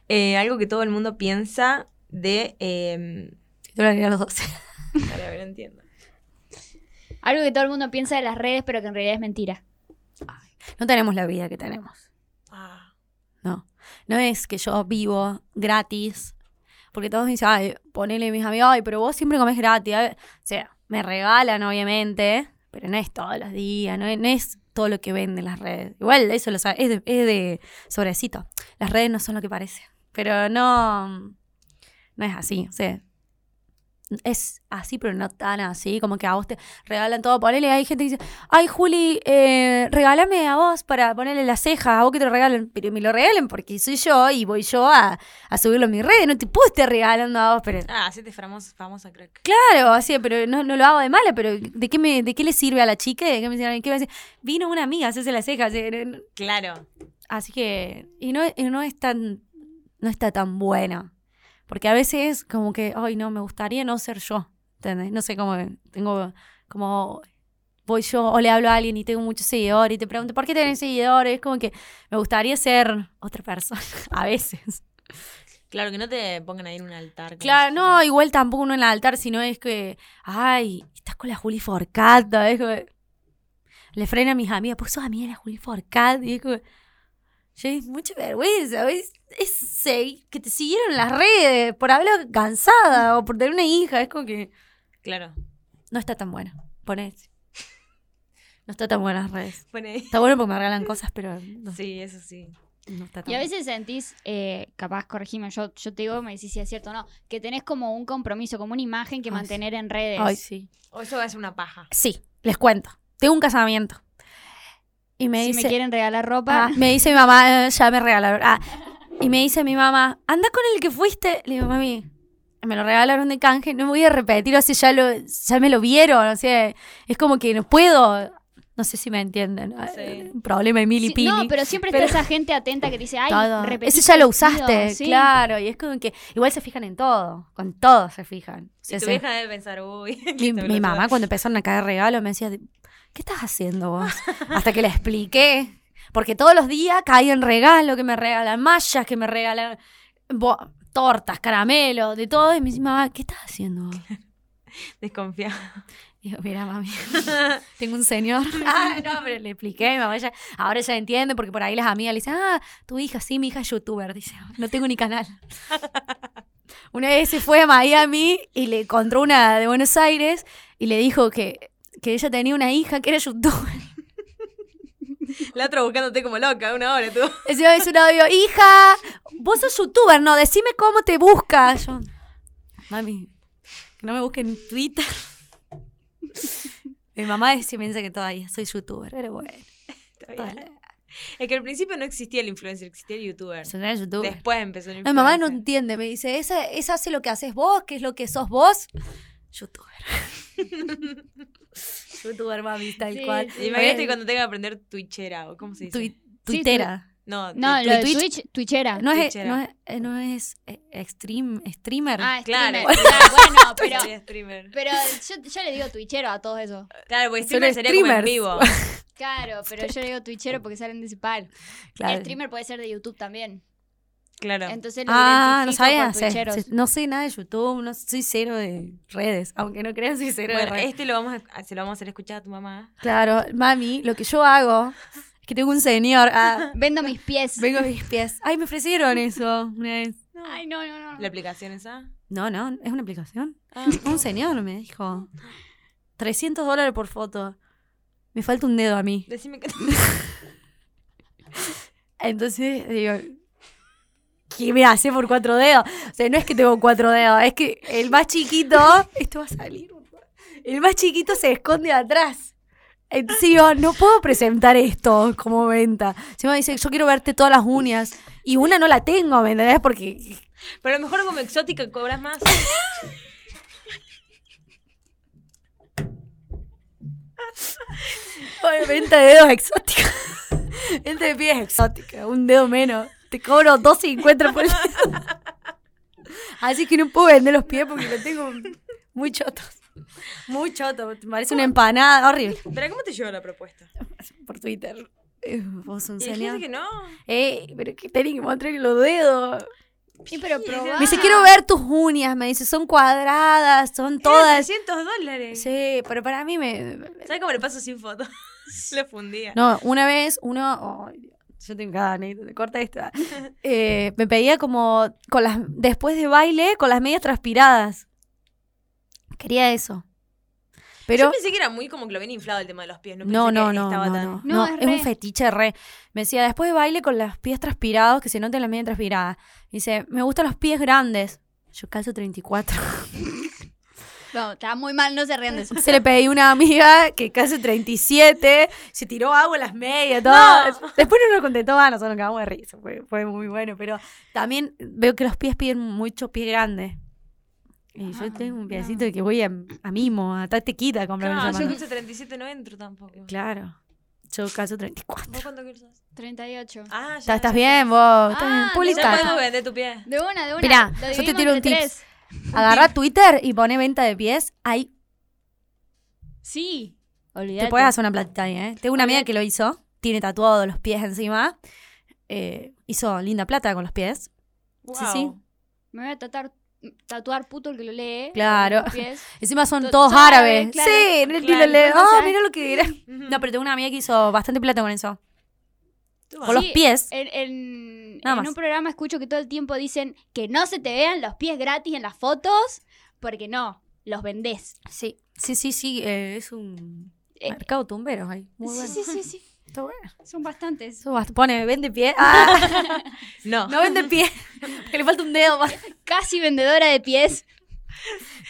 Speaker 3: Eh, algo que todo el mundo piensa de. Eh,
Speaker 2: Tuve una hija a las 12.
Speaker 3: para ver, entiendo.
Speaker 1: Algo que todo el mundo piensa de las redes, pero que en realidad es mentira.
Speaker 2: No tenemos la vida que tenemos.
Speaker 3: Ah.
Speaker 2: No. No es que yo vivo gratis. Porque todos me dicen, ay, ponele a mis amigos, ay, pero vos siempre comés gratis. ay". O sea, me regalan, obviamente, pero no es todos los días, no es, no es todo lo que venden las redes. Igual, eso lo sabe, es de, es de sobrecito. Las redes no son lo que parece. Pero no. No es así, o sea. Es así, pero no tan así, como que a vos te regalan todo. Ponele, hay gente que dice, ay, Juli, eh, regálame a vos para ponerle las cejas, a vos que te lo regalen. Pero me lo regalen porque soy yo y voy yo a, a subirlo a mis redes. No te puedo estar regalando a vos, pero
Speaker 3: Ah, hacete famosa, famosa, crack.
Speaker 2: Claro, así, pero no, no lo hago de mala, pero ¿de qué, me, ¿de qué le sirve a la chica? ¿De qué me sirve? ¿Qué va a decir? Vino una amiga, hacerse las cejas. eh, no- no.
Speaker 3: Claro.
Speaker 2: Así que, y no, y no es tan, no está tan buena. Porque a veces como que, ay, no, me gustaría no ser yo, ¿entendés? No sé cómo, tengo como, voy yo o le hablo a alguien y tengo muchos seguidores y te pregunto, ¿por qué tenés seguidores? Como que me gustaría ser otra persona, a veces.
Speaker 3: Claro, que no te pongan ahí en un altar. como
Speaker 2: Claro,
Speaker 3: si
Speaker 2: no, igual tampoco uno en el altar, sino es que, ay, estás con la Juli Forcata, es como- le frena a mis amigas, pues sos amiga de la Juli Forcata, y es como, yo es mucha vergüenza, ¿ves? es, se- que te siguieron en las redes por hablar cansada o por tener una hija, es como que
Speaker 3: fuera. Claro.
Speaker 2: no está tan buena, ponés. No está tan buena las redes.
Speaker 3: Pone ahí.
Speaker 2: Está bueno porque me regalan cosas, pero no,
Speaker 3: Sí, eso sí.
Speaker 2: no está tan
Speaker 1: Y a
Speaker 2: buena.
Speaker 1: veces sentís, eh, capaz, corregime, yo, yo te digo, me decís si es cierto o no, que tenés como un compromiso, como una imagen que
Speaker 2: Ay,
Speaker 1: mantener en redes.
Speaker 2: Ay, sí.
Speaker 3: O eso va a ser una paja.
Speaker 2: Sí, les cuento. Tengo un casamiento. Y me
Speaker 1: si
Speaker 2: dice,
Speaker 1: me quieren regalar ropa.
Speaker 2: Ah, me dice mi mamá, "Eh, ya me regalaron. Ah, y me dice mi mamá, anda con el que fuiste. Le digo, mami, me lo regalaron de canje, no me voy a repetir, o sea, ya, lo, ya me lo vieron, o sea, es como que no puedo. No sé si me entienden. Ah,
Speaker 3: Sí.
Speaker 2: Un problema de
Speaker 1: Sí,
Speaker 2: milipili.
Speaker 1: no, pero siempre
Speaker 2: Pero-
Speaker 1: está esa gente atenta que te dice, ay,
Speaker 2: todo.
Speaker 1: repetiste
Speaker 2: Ese ya lo
Speaker 1: vestido".
Speaker 2: usaste,
Speaker 1: Sí.
Speaker 2: claro. Y es como que igual se fijan en todo, con todo se fijan. O sea,
Speaker 3: Y tu
Speaker 2: se-
Speaker 3: vieja debe pensar, uy.
Speaker 2: mi,
Speaker 3: esta
Speaker 2: mi
Speaker 3: pelotuda.
Speaker 2: mamá cuando empezaron a caer regalos me decía, ¿qué estás haciendo vos? Hasta que le expliqué. Porque todos los días caían regalos, que me regalan mallas, que me regalan bo- tortas, caramelos, de todo. Y me dice, mamá, ¿qué estás haciendo vos?
Speaker 3: Desconfiada.
Speaker 2: Digo, mira, mami, tengo un señor. ah, no, pero le expliqué, mi mamá ya, ahora ya entiende, porque por ahí las amigas le dicen, ah, tu hija, sí, mi hija es youtuber, dice, no tengo ni canal. una vez se fue a Miami y le encontró una de Buenos Aires y le dijo que, que ella tenía una hija que era youtuber.
Speaker 3: La otra buscándote como loca, una hora tú.
Speaker 2: Encima es un audio, hija, vos sos youtuber, no, decime cómo te buscas. Yo, mami, que no me busquen en Twitter. Mi mamá se piensa que todavía soy youtuber, pero bueno.
Speaker 3: Está bien. Es que al principio no existía el influencer, existía el youtuber.
Speaker 2: Yo no era youtuber.
Speaker 3: Después empezó el
Speaker 2: No,
Speaker 3: influencer.
Speaker 2: mi mamá no entiende, me dice, esa, esa hace lo que haces vos, que es lo que sos vos. Youtuber. youtuber, mami, tal
Speaker 1: Sí,
Speaker 2: cual.
Speaker 1: sí.
Speaker 3: Imagínate cuando tenga que aprender Twitchera o cómo se dice.
Speaker 2: Tu-
Speaker 1: tu-
Speaker 2: tuitera.
Speaker 3: no,
Speaker 1: No,
Speaker 3: tu-
Speaker 1: lo de
Speaker 2: Twitch-
Speaker 1: Twitch, Twitchera.
Speaker 2: no, es,
Speaker 3: Twitchera.
Speaker 2: no es, eh, no es, eh, extreme- streamer.
Speaker 1: ah,
Speaker 3: claro.
Speaker 1: streamer. Bueno, pero,
Speaker 3: Soy streamer.
Speaker 1: pero yo, yo le digo Twitchero a todos esos.
Speaker 3: Claro, porque
Speaker 2: Son
Speaker 3: streamer sería como en
Speaker 2: streamers.
Speaker 3: vivo.
Speaker 1: Claro, pero yo le digo Twitchero porque salen de ese palo.
Speaker 2: claro.
Speaker 1: Streamer puede ser de YouTube también.
Speaker 3: Claro.
Speaker 1: Entonces lo
Speaker 2: Ah, no
Speaker 1: identifico
Speaker 2: sabía.
Speaker 1: por
Speaker 2: sé-
Speaker 1: Twitcheros.
Speaker 2: sé- no sé nada de YouTube, no soy cero de redes, aunque no creas soy cero de
Speaker 3: Bueno,
Speaker 2: redes.
Speaker 3: este lo vamos a, se lo vamos a hacer escuchar a tu mamá.
Speaker 2: Claro, mami, lo que yo hago es que tengo un señor. ah,
Speaker 1: Vendo mis pies.
Speaker 2: vengo a mis pies. Ay, me ofrecieron eso una vez.
Speaker 1: Ay, no, no, no.
Speaker 3: ¿La aplicación esa?
Speaker 2: No, no, es una aplicación.
Speaker 3: Ah,
Speaker 2: Un señor me dijo. 300 dólares por foto. Me falta un dedo a mí.
Speaker 3: decime que.
Speaker 2: Entonces digo, ¿qué me hace por cuatro dedos? O sea, no es que tengo cuatro dedos, es que el más chiquito, esto va a salir. El más chiquito se esconde atrás. Entonces digo, no puedo presentar esto como venta. Se me dice, yo quiero verte todas las uñas. Y una no la tengo, ¿me entendés? Porque
Speaker 3: Pero a lo mejor como exótica cobras más.
Speaker 2: Oye, venta de dedos exótica. Venta de pies exótica. Un dedo menos. Te cobro 2.50 por el dedo. Así que no puedo vender los pies porque los tengo muy chotos. Muy chotos. Parece una empanada. Horrible.
Speaker 3: Pero ¿cómo te llegó la propuesta?
Speaker 2: Por Twitter. Eh, Vos un
Speaker 3: Y dijiste
Speaker 2: señor.
Speaker 3: que no.
Speaker 2: Eh, pero que tenés que mostrar los dedos.
Speaker 1: Sí, pero probá.
Speaker 2: Me
Speaker 3: Ah.
Speaker 2: dice, quiero ver tus uñas. Me dice, son cuadradas, son todas.
Speaker 3: 300 dólares.
Speaker 2: Sí, pero para mí me,
Speaker 3: ¿Sabes cómo le paso sin foto? Le fundía.
Speaker 2: No, una vez uno. ay, Dios, yo tengo cada anécdota, corta esta. Eh, me pedía como. Con las, después de baile, con las medias transpiradas. Quería eso. Pero.
Speaker 3: Yo pensé que era muy como que lo habían inflado el tema de los pies. No, pensé
Speaker 2: No,
Speaker 3: que
Speaker 2: no, no,
Speaker 3: estaba
Speaker 2: no,
Speaker 3: tan-
Speaker 2: no,
Speaker 1: No,
Speaker 2: no,
Speaker 1: es re.
Speaker 2: es, un fetiche re. Me decía, después de baile con los pies transpirados, que se noten las medias transpiradas. Dice, me gustan los pies grandes. Yo calzo 34.
Speaker 1: No, está muy mal, no se rían de eso.
Speaker 2: Se le pedí una amiga que calza 37, se tiró agua en las medias, todo.
Speaker 3: No.
Speaker 2: Después no nos contestó más, nosotros nos cagamos de risa, fue, fue muy bueno, pero también veo que los pies piden mucho pie grande. Y yo
Speaker 3: Ah,
Speaker 2: tengo un
Speaker 3: no.
Speaker 2: piecito que voy a, a mimo, a tatequita a comprarme
Speaker 3: Claro,
Speaker 2: esa
Speaker 3: yo
Speaker 2: mano.
Speaker 3: calzo 37 no entro tampoco.
Speaker 2: Claro, yo calzo 34.
Speaker 3: ¿Vos cuánto calzas?
Speaker 1: 38.
Speaker 3: Ah, ya.
Speaker 2: Está- ¿Estás bien vos? ¿Estás
Speaker 1: Ah,
Speaker 2: bien?
Speaker 1: ya
Speaker 3: Ya
Speaker 2: Publicá.
Speaker 3: puedo vender tu pie.
Speaker 1: De una, de una.
Speaker 2: Mirá,
Speaker 1: Lo
Speaker 2: yo te
Speaker 1: dividimos
Speaker 2: tiro un
Speaker 1: entre
Speaker 2: tips.
Speaker 1: tres.
Speaker 2: Agarra Twitter y pone venta de pies, ahí
Speaker 1: Sí. Olvídate.
Speaker 2: Te puedes hacer una platita ahí, ¿eh? Tengo una amiga que lo hizo. Tiene tatuado los pies encima. eh, hizo linda plata con los pies. Sí, sí.
Speaker 3: Guau.
Speaker 1: Me voy a tratar, tatuar puto el que lo lee. eh,
Speaker 2: Claro.
Speaker 1: Los pies.
Speaker 2: Encima son
Speaker 1: To-
Speaker 2: todos
Speaker 1: son árabes,
Speaker 2: árabes.
Speaker 1: claro.
Speaker 2: sí, en el
Speaker 1: Claro,
Speaker 2: tiro le-
Speaker 1: entonces,
Speaker 2: Ah,
Speaker 1: ¿sabes?
Speaker 2: mira lo que era.
Speaker 3: Ujú.
Speaker 2: No, pero tengo una amiga que hizo bastante plata con eso.
Speaker 3: Tú
Speaker 2: Con
Speaker 3: vas.
Speaker 2: los
Speaker 1: Sí, eh,
Speaker 2: pies.
Speaker 1: En, en-
Speaker 2: Nada
Speaker 1: en
Speaker 2: más.
Speaker 1: un programa escucho que todo el tiempo dicen que no se te vean los pies gratis en las fotos porque no, los vendés.
Speaker 2: Sí. Sí, sí, sí. eh, es un
Speaker 1: Eh,
Speaker 2: mercado tumbero ahí. Muy bueno.
Speaker 1: Sí, sí, sí, sí.
Speaker 2: Está bueno.
Speaker 1: Son bastantes.
Speaker 2: Eso basta. Pone, vende pie. Ah,
Speaker 3: No.
Speaker 2: no vende pie. Porque le falta un dedo. más.
Speaker 1: Casi vendedora de pies.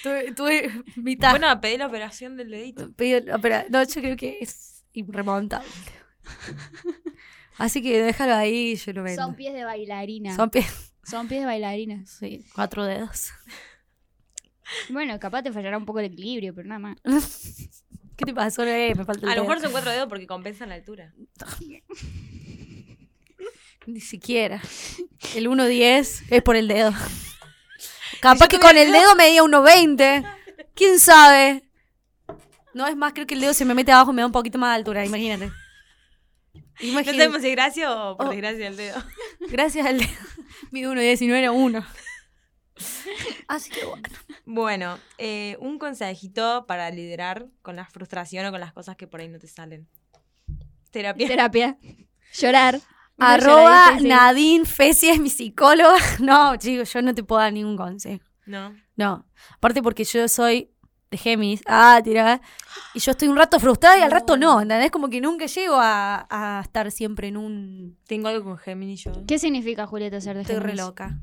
Speaker 2: Tuve, tuve mitad.
Speaker 3: Bueno, pedí la operación del dedito.
Speaker 2: Pedí- no, espera, no, yo creo que es irremontable. Así que déjalo ahí, yo lo vendo.
Speaker 1: Son pies de bailarina.
Speaker 2: Son
Speaker 1: Son,
Speaker 2: pie-
Speaker 1: pies de bailarina.
Speaker 2: Sí, cuatro dedos.
Speaker 1: Bueno, capaz te fallará un poco el equilibrio, pero nada más.
Speaker 2: ¿Qué te pasó? Eh, me falta el
Speaker 3: A lo
Speaker 2: dedo.
Speaker 3: mejor son cuatro dedos porque compensan la altura.
Speaker 2: Ni siquiera. El 1.10 es por el dedo. Capaz
Speaker 3: yo
Speaker 2: que
Speaker 3: tuviera
Speaker 2: con el dedo medía 1.20. ¿Quién sabe? No, es más, creo que el dedo se me mete abajo y me da un poquito más de altura, imagínate.
Speaker 3: No
Speaker 2: Imagínate.
Speaker 3: sabemos si es gracia o por
Speaker 2: Oh.
Speaker 3: desgracia el dedo.
Speaker 2: Gracias al dedo. Mi 1.10 era 1. Así que bueno.
Speaker 3: Bueno, eh, un consejito para liderar con la frustración o con las cosas que por ahí no te salen. Terapia.
Speaker 1: Terapia. Llorar. Una
Speaker 2: Arroba
Speaker 1: lloradita y sí.
Speaker 2: Nadine Fesi es mi psicóloga. No, chicos, yo no te puedo dar ningún consejo.
Speaker 3: No.
Speaker 2: No. Aparte porque yo soy de Géminis. Ah, tirá. Y yo estoy un rato frustrada y al rato no. ¿Entendés? Como que nunca llego a, a estar siempre en un.
Speaker 3: Tengo algo con Géminis yo.
Speaker 1: ¿Qué significa, Julieta, ser de
Speaker 2: Estoy re
Speaker 1: Géminis?
Speaker 2: loca.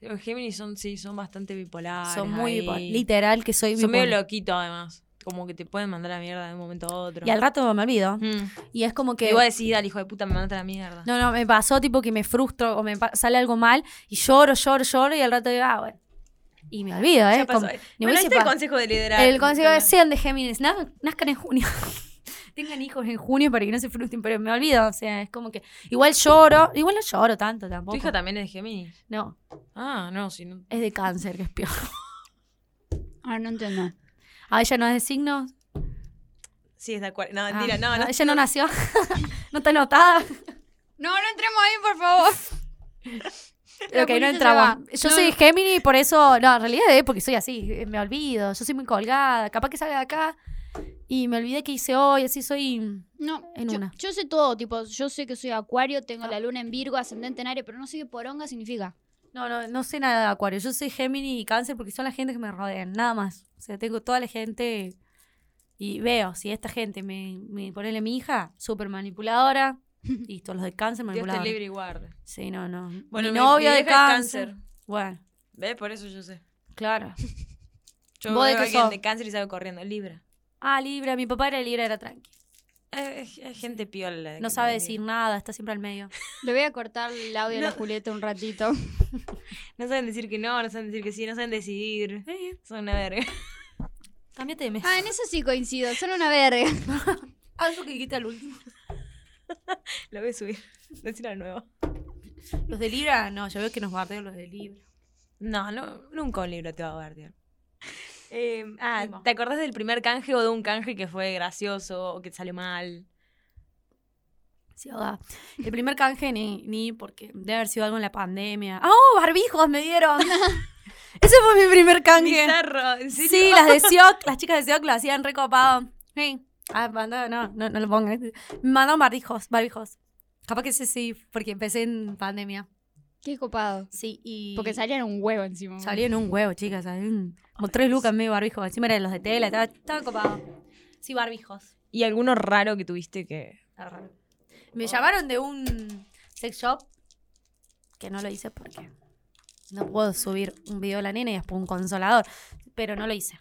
Speaker 3: Los Géminis son, sí, son bastante bipolares.
Speaker 2: Son muy
Speaker 3: ahí.
Speaker 2: bipolar. Literal que soy
Speaker 3: Son medio
Speaker 2: bipolar.
Speaker 3: loquitos además. Como que te pueden mandar a la mierda de un momento a otro.
Speaker 2: Y al rato me olvido.
Speaker 3: Mm.
Speaker 2: Y es como que.
Speaker 3: Que igual decís, dale, hijo de puta, me mandaste a la mierda.
Speaker 2: No, no, me pasó tipo que me frustro o me pa- sale algo mal y lloro, lloro, lloro y al rato digo, ah, bueno. Y me olvido, ¿eh?
Speaker 3: Ya pasó.
Speaker 2: Como-
Speaker 3: Eh,
Speaker 2: ni me
Speaker 3: bueno,
Speaker 2: hice
Speaker 3: ahí está el
Speaker 2: pa-
Speaker 3: consejo de liderar.
Speaker 2: El consejo
Speaker 3: Nicolás.
Speaker 2: es sean de Géminis, na- nazcan en junio. Tengan hijos en junio para que no se frustren, pero me olvido, o sea, es como que igual lloro, igual no lloro tanto tampoco.
Speaker 3: ¿Tu hija también es de Géminis?
Speaker 2: No,
Speaker 3: Ah, no, si no.
Speaker 2: es de cáncer, que es peor.
Speaker 1: Ah, no entiendo.
Speaker 2: Ah, ella no es de signos.
Speaker 3: Sí, es de acuario.
Speaker 2: Ah.
Speaker 3: No, mentira,
Speaker 1: Ah,
Speaker 3: no, no.
Speaker 2: Ella no nació. no está anotada.
Speaker 1: No, no entremos ahí, por favor.
Speaker 2: Ok, no entramos. Yo soy Géminis y por eso, no, en realidad es porque soy así, eh, me olvido, yo soy muy colgada, capaz que salga de acá y me olvidé qué hice hoy, así soy...
Speaker 1: No,
Speaker 2: En
Speaker 1: yo,
Speaker 2: una.
Speaker 1: yo sé todo, tipo, yo sé que soy acuario, tengo la luna en Virgo, ascendente en Aries, pero no sé qué poronga significa.
Speaker 2: No, no, no sé nada de Acuario. Yo soy Géminis y Cáncer porque son la gente que me rodean, nada más. O sea, tengo toda la gente y veo si esta gente me, me ponele mi hija, súper manipuladora. Listo, los de Cáncer
Speaker 3: Dios te
Speaker 2: manipuladora.
Speaker 3: libre y guarde.
Speaker 2: Sí, no, no.
Speaker 3: Bueno,
Speaker 2: mi
Speaker 3: mi-
Speaker 2: novia
Speaker 3: mi
Speaker 2: de
Speaker 3: vieja es
Speaker 2: cáncer.
Speaker 3: cáncer.
Speaker 2: Bueno,
Speaker 3: ¿Ves? Por eso yo sé.
Speaker 2: claro.
Speaker 3: Yo
Speaker 2: ¿Vos de
Speaker 3: veo
Speaker 2: qué
Speaker 3: a alguien
Speaker 2: sos?
Speaker 3: de cáncer y salgo corriendo. Libra.
Speaker 2: Ah, Libra, mi papá era Libra, era tranqui.
Speaker 3: Eh, Es, es gente piola. la de
Speaker 2: No
Speaker 3: que
Speaker 2: sabe
Speaker 3: me
Speaker 2: decir
Speaker 3: diga.
Speaker 2: nada, está siempre al medio.
Speaker 1: Le voy a cortar el audio a la Julieta un ratito.
Speaker 3: No saben decir que no, no saben decir que sí, no saben decidir. Son una verga.
Speaker 2: Cámbiate de mesa.
Speaker 1: Ah, en eso sí coincido, son una verga.
Speaker 3: ah,
Speaker 2: Algo que dijiste al último.
Speaker 3: Lo voy a subir. Decir de nuevo.
Speaker 2: Los de Libra, no, yo veo que nos bardean los de Libra.
Speaker 3: No, no, nunca un libro te va a guardiar. Eh, ah,
Speaker 2: Mismo.
Speaker 3: ¿te acordás del primer canje o de un canje que fue gracioso o que te salió mal?
Speaker 2: Sí, ahogada. El primer canje ni, ni porque debe haber sido algo en la pandemia. ¡Ah, ¡Oh, barbijos me dieron! Ese fue mi primer canje.
Speaker 3: Bizarro, ¿en serio?
Speaker 2: Sí, las de SIOC, las chicas de SIOC lo hacían recopado. Sí. Ah, manda- no, no, no lo pongan. Me mandaron barbijos, barbijos. Capaz que sí, sí, porque empecé en pandemia.
Speaker 1: Qué copado.
Speaker 2: Sí, y. Mm.
Speaker 1: Porque salían un huevo encima.
Speaker 2: Salió en un huevo, chicas. salieron Como tres lucas en medio barbijo. Encima eran los de tela, estaba, estaba copado. Sí, barbijos.
Speaker 3: ¿Y alguno raro que tuviste que.?
Speaker 2: Está raro. Me llamaron de un sex shop que no lo hice porque no puedo subir un video de la nena y después un consolador. Pero no lo hice.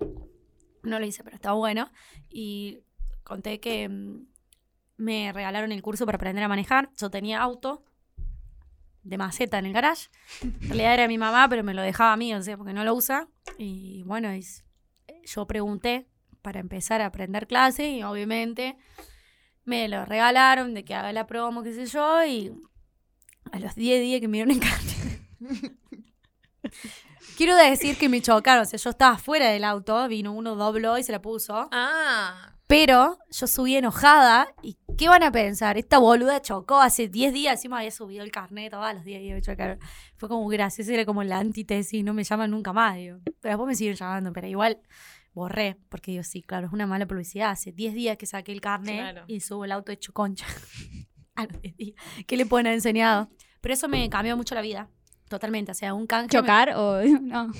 Speaker 2: No lo hice, pero está bueno. Y conté que mm, me regalaron el curso para aprender a manejar. Yo tenía auto de maceta en el garage. En realidad era mi mamá, pero me lo dejaba a mí, o sea, porque no lo usa. Y bueno, es- yo pregunté para empezar a aprender clase y obviamente me lo regalaron de que haga la promo, qué sé yo, y a los 10 días que me dieron el carnet. Quiero decir que me chocaron, o sea, yo estaba fuera del auto, vino uno, dobló y se la puso.
Speaker 3: Ah,
Speaker 2: Pero yo subí enojada y ¿qué van a pensar? Esta boluda chocó hace 10 días, encima había subido el carnet, todo, a los 10 días me chocaron. Fue como gracioso, era como la antítesis, no me llaman nunca más, digo. Pero después me siguieron llamando, pero igual borré, porque digo, sí, claro, es una mala publicidad. Hace 10 días que saqué el carnet
Speaker 3: Claro.
Speaker 2: y subo el auto hecho concha. a los 10 días. ¿Qué le pueden haber enseñado? Pero eso me cambió mucho la vida, totalmente. O sea, un canje... me-
Speaker 1: ¿Chocar o no?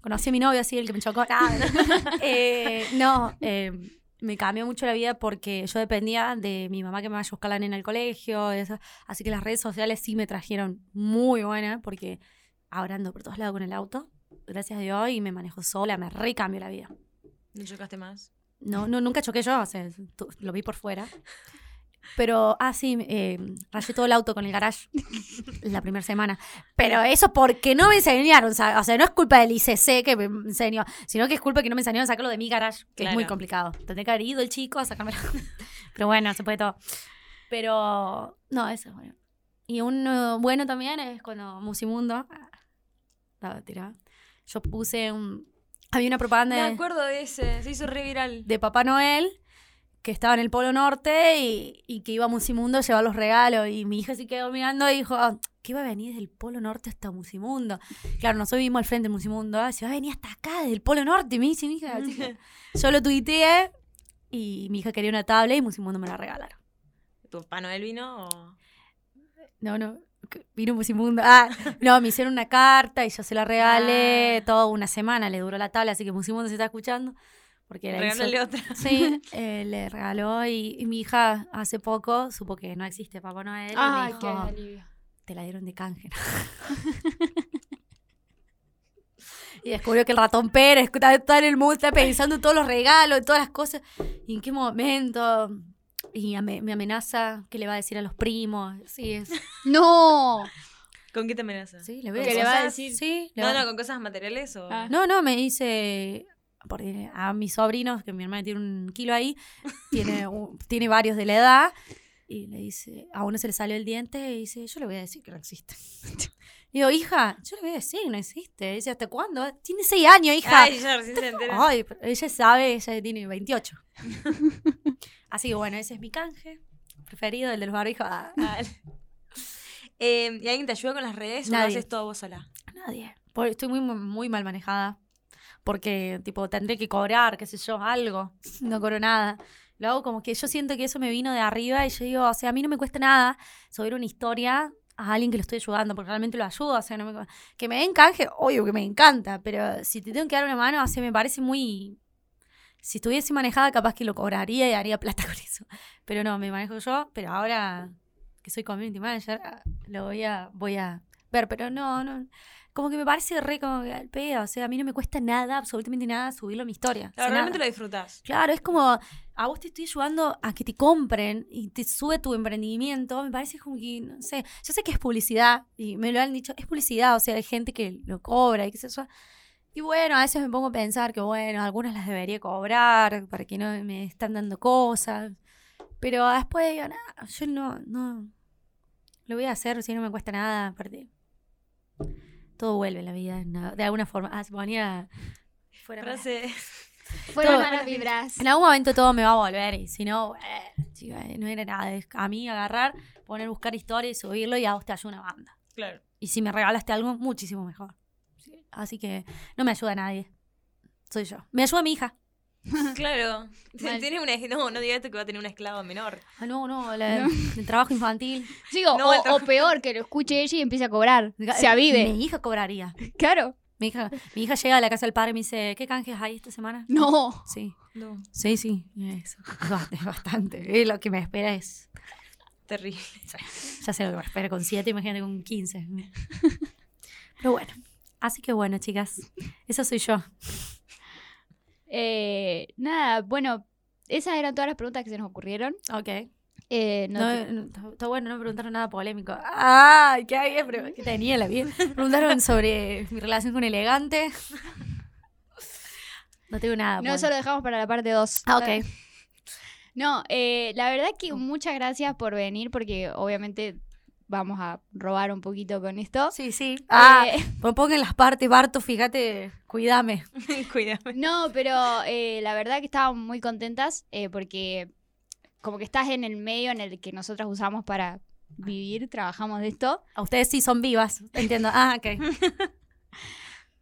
Speaker 2: Conocí a mi novio así, el que me chocó. Ah, no. Eh, no, eh, me cambió mucho la vida porque yo dependía de mi mamá que me vaya a buscar la nena al colegio. eso. Así que las redes sociales sí me trajeron muy buena porque ahora ando por todos lados con el auto. Gracias a Dios y me manejo sola, me recambió la vida.
Speaker 3: ¿no chocaste más?
Speaker 2: No, no, nunca choqué yo, o sea, tu- lo vi por fuera. Pero, ah, sí, eh, rayé todo el auto con el garage la primera semana. Pero eso porque no me enseñaron, sa- o sea, no es culpa del ICC que me enseñó, sino que es culpa que no me enseñaron a sacarlo de mi garage, que es
Speaker 3: Claro.
Speaker 2: muy complicado. Tendría que haber ido el chico a sacármelo. Pero bueno, se puede todo. Pero, no, eso es bueno. Y uno bueno también es cuando Musimundo. ah, estaba tirada. Yo puse un. Había una propaganda
Speaker 3: Me Eh.
Speaker 2: de-
Speaker 3: acuerdo de ese, se hizo re viral.
Speaker 2: de Papá Noel que estaba en el Polo Norte y, y que iba a Musimundo a llevar los regalos. Y mi hija se quedó mirando y dijo, "Ah, ¿qué iba a venir desde el Polo Norte hasta Musimundo? Claro, nosotros vivimos al frente de Musimundo. "Ah, Se va a venir hasta acá, desde el Polo Norte, me dice mi hija. Así que yo lo tuiteé y mi hija quería una tablet y Musimundo me la regalaron.
Speaker 3: ¿Tu papá Noel vino o...?
Speaker 2: No, no. que Vino Musimundo. Ah, no, me hicieron una carta y yo se la regalé.
Speaker 3: Ah.
Speaker 2: Toda una semana le duró la tabla, así que Musimundo se está escuchando. Porque la hizo-
Speaker 3: Regálale otra.
Speaker 2: Sí, eh, le regaló y, y mi hija hace poco supo que no existe Papá Noel y me dijo, te la dieron de canje. y descubrió que el ratón Pérez está, está en el mundo, está pensando en todos los regalos, en todas las cosas, y en qué momento, y ame- me amenaza que le va a decir a los primos, sí, es-
Speaker 1: No.
Speaker 3: ¿Con qué te amenaza?
Speaker 2: sí, le voy a
Speaker 1: ¿Qué
Speaker 2: decir.
Speaker 1: le va a
Speaker 2: cosas,
Speaker 1: decir?
Speaker 2: Sí, le
Speaker 3: No,
Speaker 2: va-
Speaker 3: no, con cosas materiales o...
Speaker 1: Ah.
Speaker 2: No, no, me dice porque a mis sobrinos, que mi hermana tiene un kilo ahí, tiene, un- tiene varios de la edad, y le dice, a uno se le salió el diente y dice, yo le voy a decir que no existe. Digo, hija, yo le voy a decir que no existe. Dice, ¿hasta cuándo? Tiene seis años, hija.
Speaker 3: Ay, yo recién se enteré.
Speaker 2: Ay, pero ella sabe, ella tiene 28. Así que bueno, ese es mi canje preferido, el de los barbijos. Ah,
Speaker 3: Dale. Eh, ¿Y alguien te ayuda con las redes o lo
Speaker 2: Nadie.
Speaker 3: haces todo vos sola?
Speaker 2: Nadie. Por- Estoy muy, muy mal manejada. Porque, tipo, tendré que cobrar, qué sé yo, algo. No cobro nada. Lo hago como que yo siento que eso me vino de arriba y yo digo, o sea, a mí no me cuesta nada subir una historia a alguien que lo estoy ayudando, porque realmente lo ayudo, o sea, no me cu- que me den canje, obvio que me encanta, pero si te tengo que dar una mano, o sea, me parece muy... Si estuviese manejada, capaz que lo cobraría y haría plata con eso. Pero no, me manejo yo, pero ahora que soy community manager, ah, lo voy a, voy a ver, pero no, no, como que me parece re como que al pedo, o sea, a mí no me cuesta nada, absolutamente nada subirlo a mi historia. o sea,
Speaker 3: Claro, realmente
Speaker 2: nada.
Speaker 3: lo disfrutás.
Speaker 2: Claro, es como a vos te estoy ayudando a que te compren y te sube tu emprendimiento. Me parece como que, no sé, yo sé que es publicidad y me lo han dicho, es publicidad, o sea, hay gente que lo cobra y qué sé yo. Y bueno, a veces me pongo a pensar que, bueno, algunas las debería cobrar para que no me están dando cosas. Pero después digo, "Nah, yo no, no, lo voy a hacer si no me cuesta nada, aparte. Todo vuelve en la vida, ¿no? de alguna forma. Ah, se ponía fuera mala.
Speaker 3: Frase-
Speaker 1: Fueron
Speaker 2: Todo.
Speaker 1: malas vibras.
Speaker 2: En algún momento todo me va a volver y si no, eh, chica, eh, no era nada. Es a mí agarrar, poner, buscar historias, subirlo y a vos te ayuda una banda.
Speaker 3: Claro.
Speaker 2: Y si me regalaste algo, muchísimo mejor. Sí, Así que no me ayuda nadie. Soy yo. Me ayuda mi hija.
Speaker 3: Claro.
Speaker 1: Mal.
Speaker 3: Tiene una... No, no digas esto que va a tener una esclava menor.
Speaker 2: Ah, no, no, la- el trabajo infantil.
Speaker 1: Digo,
Speaker 3: No,
Speaker 1: o-
Speaker 3: el
Speaker 1: o,
Speaker 3: trabajo-
Speaker 1: peor, que lo escuche ella y empiece a cobrar. Se avive.
Speaker 2: Mi hija cobraría.
Speaker 1: Claro.
Speaker 2: Mi hija, mi hija llega a la casa del padre y me dice, ¿qué canjes hay esta semana?
Speaker 1: No.
Speaker 2: Sí,
Speaker 3: No.
Speaker 2: sí, sí. Eso. Bast- Bastante. Eh, Lo que me espera es...
Speaker 3: Terrible.
Speaker 2: Ya sé lo que me espera con 7, imagínate con 15. Pero bueno. Así que bueno, chicas. Esa soy yo.
Speaker 1: Eh, nada, bueno, esas eran todas las preguntas que se nos ocurrieron.
Speaker 2: Ok.
Speaker 1: Eh, no
Speaker 2: No,
Speaker 1: te-
Speaker 2: no, está- está bueno, no me preguntaron nada polémico. ¡Ah! ¿Qué había? pre- ¿Qué tenía en la vida? Preguntaron sobre mi relación con elegante. No tengo nada.
Speaker 1: no,
Speaker 2: polémico.
Speaker 1: eso lo dejamos para la parte 2.
Speaker 2: Ah, ok.
Speaker 1: No, eh, la verdad que muchas gracias por venir porque obviamente vamos a robar un poquito con esto.
Speaker 2: Sí, sí. Ah,
Speaker 1: Eh,
Speaker 2: pues pongan las partes, Barto, fíjate, cuídame.
Speaker 3: Cuídame.
Speaker 1: no, pero eh, la verdad que estábamos muy contentas eh, porque como que estás en el medio en el que nosotras usamos para vivir, trabajamos de esto.
Speaker 2: A ustedes sí son vivas, entiendo. Ah, ok.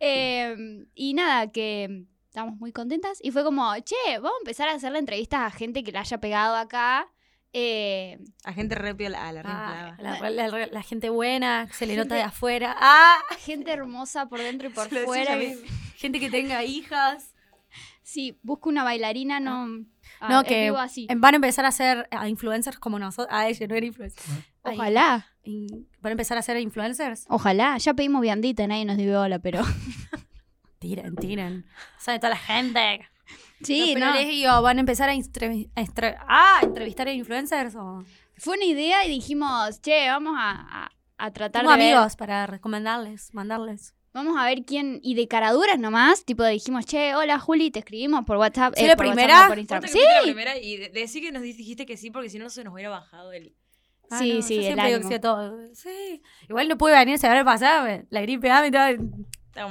Speaker 1: Eh, y nada, que estamos muy contentas. Y fue como, che, vamos a empezar a hacerle entrevistas a gente que la haya pegado acá. Eh,
Speaker 3: A gente re piola. A la re
Speaker 2: Ah,
Speaker 3: esclava.
Speaker 2: la, la- la- la gente buena, se le nota de
Speaker 1: Gente-
Speaker 2: afuera. Ah,
Speaker 1: gente hermosa por dentro y por
Speaker 3: Se lo decís
Speaker 1: fuera.
Speaker 3: a
Speaker 1: Y-
Speaker 3: mí.
Speaker 2: gente que tenga hijas.
Speaker 1: Sí, busco una bailarina, no. ah,
Speaker 2: No, que-
Speaker 1: escribo así.
Speaker 2: Van a empezar a ser a influencers como nosotros. Ah, ella no era influencer. Ahí.
Speaker 1: Ojalá,
Speaker 2: Y Van a empezar a ser influencers.
Speaker 1: ojalá. Ya pedimos viandita, nadie nos dio hola, pero.
Speaker 2: Tiran, tiran. Sabe toda la gente.
Speaker 1: Sí,
Speaker 2: pero
Speaker 1: no.
Speaker 2: les digo, ¿van a empezar a, instre- a estre- ah, a entrevistar a influencers o
Speaker 1: Fue una idea y dijimos, che, vamos a, a- a tratar
Speaker 2: tengo
Speaker 1: de ver-
Speaker 2: amigos para recomendarles, mandarles?
Speaker 1: vamos a ver quién, y de caraduras nomás, tipo dijimos, che, hola Juli, te escribimos por WhatsApp. eh,
Speaker 2: ¿Sí, la
Speaker 1: por WhatsApp, no,
Speaker 2: primera?
Speaker 1: por
Speaker 3: Corta
Speaker 1: Instagram.
Speaker 3: que
Speaker 1: Sí,
Speaker 3: fuiste la primera y de- decí que nos dijiste que sí porque si no se nos hubiera bajado el...
Speaker 2: Ah,
Speaker 1: sí,
Speaker 2: no,
Speaker 1: sí,
Speaker 2: yo
Speaker 1: el
Speaker 2: siempre digo que
Speaker 1: ánimo.
Speaker 2: sí a todo. Sí. Igual no pude venir, se habrá pasado, la gripe A me estaba...
Speaker 3: Estaba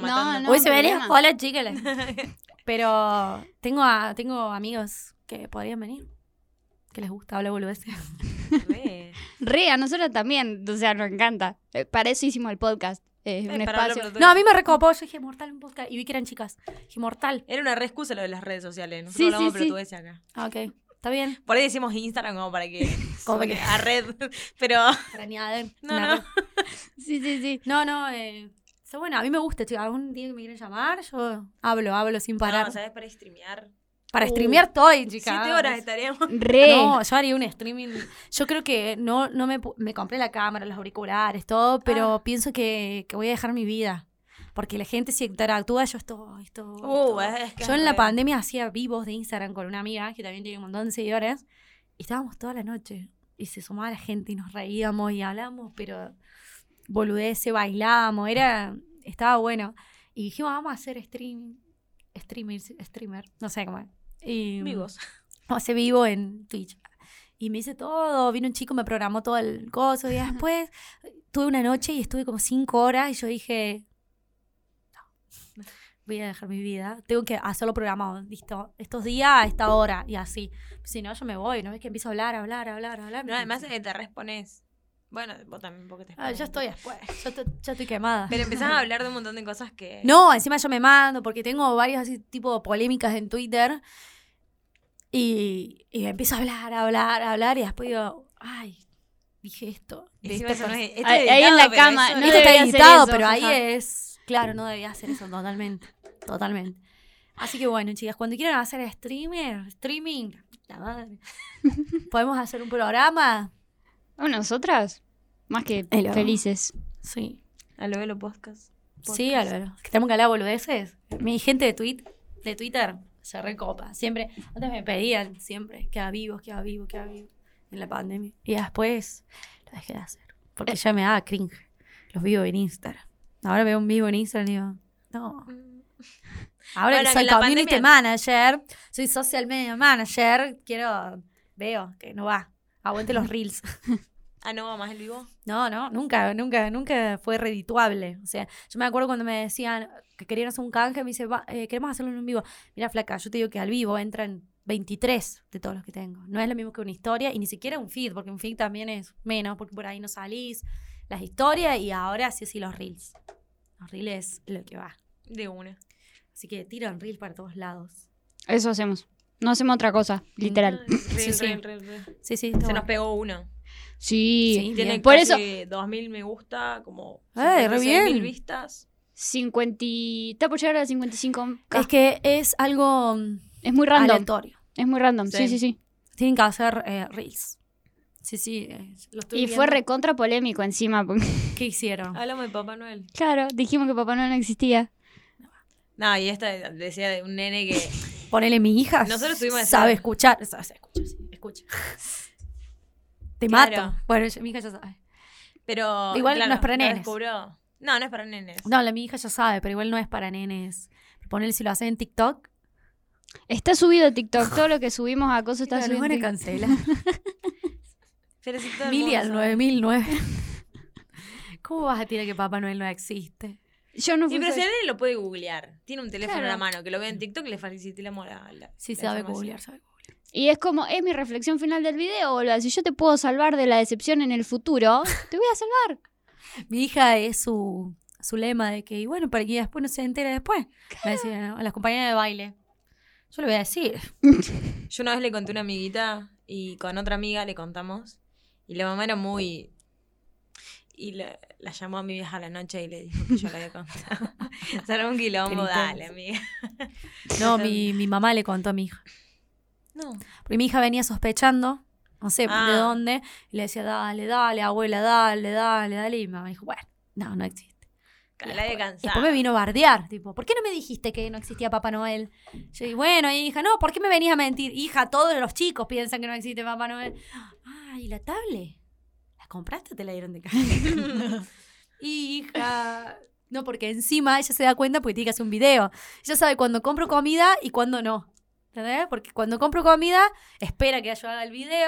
Speaker 1: No,
Speaker 3: matando.
Speaker 1: no.
Speaker 2: Hoy se venía,
Speaker 1: problema.
Speaker 2: hola chicas. Pero tengo, a- tengo amigos que podrían venir, que les gusta hablar boludeces.
Speaker 3: Re.
Speaker 1: Re, a nosotros también, o sea, nos encanta. Eh, Para eso hicimos el podcast. Es
Speaker 3: Eh,
Speaker 1: un
Speaker 3: para hablar
Speaker 1: espacio.
Speaker 3: con los
Speaker 2: No, a
Speaker 3: dos.
Speaker 2: mí me recopó, yo dije mortal un podcast y vi que eran chicas. Dije mortal.
Speaker 3: Era una re excusa lo de las redes sociales. Nosotros
Speaker 1: Sí, sí,
Speaker 3: hablamos
Speaker 1: sí.
Speaker 3: pelotudeces acá.
Speaker 2: Ah, Ok, está bien.
Speaker 3: Por ahí decimos Instagram como para que...
Speaker 2: Como que-
Speaker 3: A red. Pero...
Speaker 2: Para ni ader-
Speaker 3: No,
Speaker 2: nada.
Speaker 3: no.
Speaker 1: Sí, sí, sí.
Speaker 2: No, no, eh, so, bueno, a mí me gusta, chicos. Algún día que me quieren llamar, yo hablo, hablo sin parar.
Speaker 3: No, ¿sabes? Para streamear.
Speaker 2: Para
Speaker 1: Uh,
Speaker 2: streamear estoy, chicas.
Speaker 3: Siete horas estaríamos.
Speaker 1: Re.
Speaker 2: No, yo haría un streaming. Yo creo que no, no me, pu- me compré la cámara, los auriculares, todo, pero
Speaker 3: Ah.
Speaker 2: pienso que, que voy a dejar mi vida. Porque la gente si interactúa, yo estoy, estoy,
Speaker 3: Uh,
Speaker 2: estoy.
Speaker 3: es que
Speaker 2: Yo
Speaker 3: es
Speaker 2: en la
Speaker 3: re-
Speaker 2: pandemia hacía vivos de Instagram con una amiga que también tiene un montón de seguidores. Y estábamos toda la noche. Y se sumaba la gente y nos reíamos y hablábamos, pero boludece, bailábamos, era, estaba bueno. Y dijimos, vamos a hacer streaming, streamer, streamer, no sé cómo es. Y,
Speaker 3: Amigos.
Speaker 2: o sea, vivo en Twitch. Y me hice todo, vino un chico, me programó todo el coso. Y después tuve una noche y estuve como cinco horas y yo dije, no, voy a dejar mi vida. Tengo que hacerlo programado, listo. Estos días a esta hora y así. Si no, yo me voy, ¿no? Es que empiezo a hablar, hablar, hablar, hablar.
Speaker 3: No, además eh, te respones. Bueno, vos también porque te
Speaker 2: Ah,
Speaker 3: expones
Speaker 2: yo
Speaker 3: un
Speaker 2: estoy
Speaker 3: poco.
Speaker 2: después, yo, estoy- yo estoy quemada.
Speaker 3: Pero empezás a hablar de un montón de cosas
Speaker 1: Eh.
Speaker 3: que.
Speaker 2: No, encima yo me mando porque tengo varias así tipo polémicas en Twitter. Y, y empiezo a hablar, a hablar, a hablar. Y después digo, ay, dije esto. de
Speaker 3: Encima
Speaker 2: esta
Speaker 3: eso no
Speaker 2: persona".
Speaker 3: es- esto es
Speaker 1: Ahí- ahí en la
Speaker 3: editado, pero
Speaker 1: cama,
Speaker 3: eso
Speaker 1: no
Speaker 3: es-
Speaker 2: Esto
Speaker 1: debería
Speaker 2: está
Speaker 1: hacer
Speaker 2: editado,
Speaker 1: eso,
Speaker 2: pero ahí
Speaker 1: ajá.
Speaker 2: es. Claro, no debía hacer eso totalmente. Totalmente. Así que bueno, chicas, cuando quieran hacer streamer, streaming, la madre. ¿Podemos hacer un programa?
Speaker 1: ¿O nosotras? Más que
Speaker 2: Hello.
Speaker 1: felices.
Speaker 2: Sí.
Speaker 3: A lo de los podcasts.
Speaker 2: Sí, Álvaro. Que tenemos que hablar boludeces. Mi gente de, tweet, de Twitter se recopa. Siempre, antes me pedían siempre que haga vivos, que haga vivo, que haga vivo en la pandemia. Y después lo dejé de hacer. Porque ya me daba cringe. Los vivo en Instagram. Ahora veo un vivo en Instagram y digo, no.
Speaker 3: Mm.
Speaker 2: Ahora
Speaker 3: Ahora
Speaker 2: que
Speaker 3: que
Speaker 2: soy
Speaker 3: la
Speaker 2: community
Speaker 3: pandemia-
Speaker 2: manager, soy social media manager, quiero, veo que no va. Aguante los reels.
Speaker 3: Ah, no, va más el vivo.
Speaker 2: No, no, nunca, nunca, nunca fue redituable. O sea, yo me acuerdo cuando me decían que querían hacer un canje, me dice, "Va, eh, queremos hacerlo en un vivo. Mira, flaca, yo te digo que al vivo entran 23 de todos los que tengo. No es lo mismo que una historia y ni siquiera un feed, porque un feed también es menos, porque por ahí no salís. Las historias y ahora sí, sí, los reels. Los reels es lo que va.
Speaker 3: De una.
Speaker 2: Así que tiran reels para todos lados.
Speaker 1: Eso hacemos. No hacemos otra cosa,
Speaker 2: Mm.
Speaker 1: literal.
Speaker 3: Ah, re,
Speaker 2: Sí, sí.
Speaker 3: re, re, re.
Speaker 2: Sí, sí,
Speaker 3: Se nos pegó uno.
Speaker 1: Sí.
Speaker 2: Sí.
Speaker 3: Tiene
Speaker 2: bien.
Speaker 1: Por
Speaker 3: casi 2000 me gusta, como.
Speaker 2: Ay, re
Speaker 3: 56.000
Speaker 2: bien.
Speaker 3: vistas.
Speaker 1: 50 y- Está por llegar a 55.
Speaker 2: Es que es algo mm,
Speaker 1: Es muy random.
Speaker 2: aleatorio.
Speaker 1: Es muy random. Sí,
Speaker 3: Sí.
Speaker 1: sí, sí.
Speaker 2: Tienen que hacer eh, reels. Sí, sí. eh, lo estoy
Speaker 1: Y fue
Speaker 2: viendo.
Speaker 1: recontra polémico encima. porque-
Speaker 2: ¿Qué hicieron?
Speaker 3: Hablamos de Papá Noel.
Speaker 1: claro, dijimos que papá Noel no existía.
Speaker 3: No, y esta decía de un nene que.
Speaker 2: Ponele mi hija.
Speaker 3: Nosotros tuvimos esa-
Speaker 2: Sabe escuchar. Sabe, sabe escuchar, sí, escucha. Te
Speaker 3: Claro.
Speaker 2: mato. Bueno, yo- mi hija ya sabe.
Speaker 3: Pero.
Speaker 2: Igual no es para
Speaker 3: lo
Speaker 2: nenes.
Speaker 3: descubrió. No, no es para nenes.
Speaker 2: No, la mi hija ya sabe, pero igual no es para nenes. Ponele si lo hacen en TikTok.
Speaker 1: Está subido TikTok. Todo lo que subimos a Coso está
Speaker 2: Está
Speaker 1: subido. en
Speaker 2: van a
Speaker 1: TikTok.
Speaker 2: cancelar.
Speaker 3: Pero si todo el
Speaker 2: Mili
Speaker 3: mundo
Speaker 2: al
Speaker 3: sabe.
Speaker 2: 9009. ¿Cómo vas a tirar que Papá Noel no existe?
Speaker 1: Yo no
Speaker 3: Y
Speaker 1: fui.
Speaker 3: pero si
Speaker 1: sola.
Speaker 3: alguien lo puede googlear. Tiene un teléfono
Speaker 1: Claro.
Speaker 3: en la mano que lo ve en TikTok, le facilité la moral.
Speaker 2: Sí,
Speaker 3: la
Speaker 2: sabe
Speaker 3: información.
Speaker 2: googlear, sabe googlear.
Speaker 1: Y es como, es mi reflexión final del video, boludo. Si yo te puedo salvar de la decepción en el futuro, te voy a salvar.
Speaker 2: Mi hija es su, su lema de que, y bueno, para que después no se entere después. Me decía, ¿no? a las compañeras de baile. Yo le voy a decir.
Speaker 3: Yo una vez le conté a una amiguita y con otra amiga le contamos. Y la mamá era muy. Y la, la llamó a mi vieja a la noche y le dijo que yo la había contado. o sea, era un quilombo,
Speaker 2: Qué
Speaker 3: dale,
Speaker 2: intenso.
Speaker 3: amiga.
Speaker 2: No, mi, mi mamá le contó a mi hija.
Speaker 3: No.
Speaker 2: Porque mi hija venía sospechando, no sé
Speaker 3: Ah.
Speaker 2: de dónde, y le decía, dale, dale, abuela, dale, dale, dale. Y mi mamá dijo, bueno, no, no existe.
Speaker 3: La de cansada.
Speaker 2: Después me vino a bardear, tipo, ¿por qué no me dijiste que no existía Papá Noel? Yo dije, bueno, hija, no, ¿por qué me venís a mentir? Hija, todos los chicos piensan que no existe Papá Noel. Ah, ¿y la tablet? ¿La compraste o te la dieron de casa? hija. No, porque encima ella se da cuenta porque tiene que hacer un video. Ella sabe cuando compro comida y cuando no. ¿Entendés? Porque cuando compro comida, espera que yo haga el video.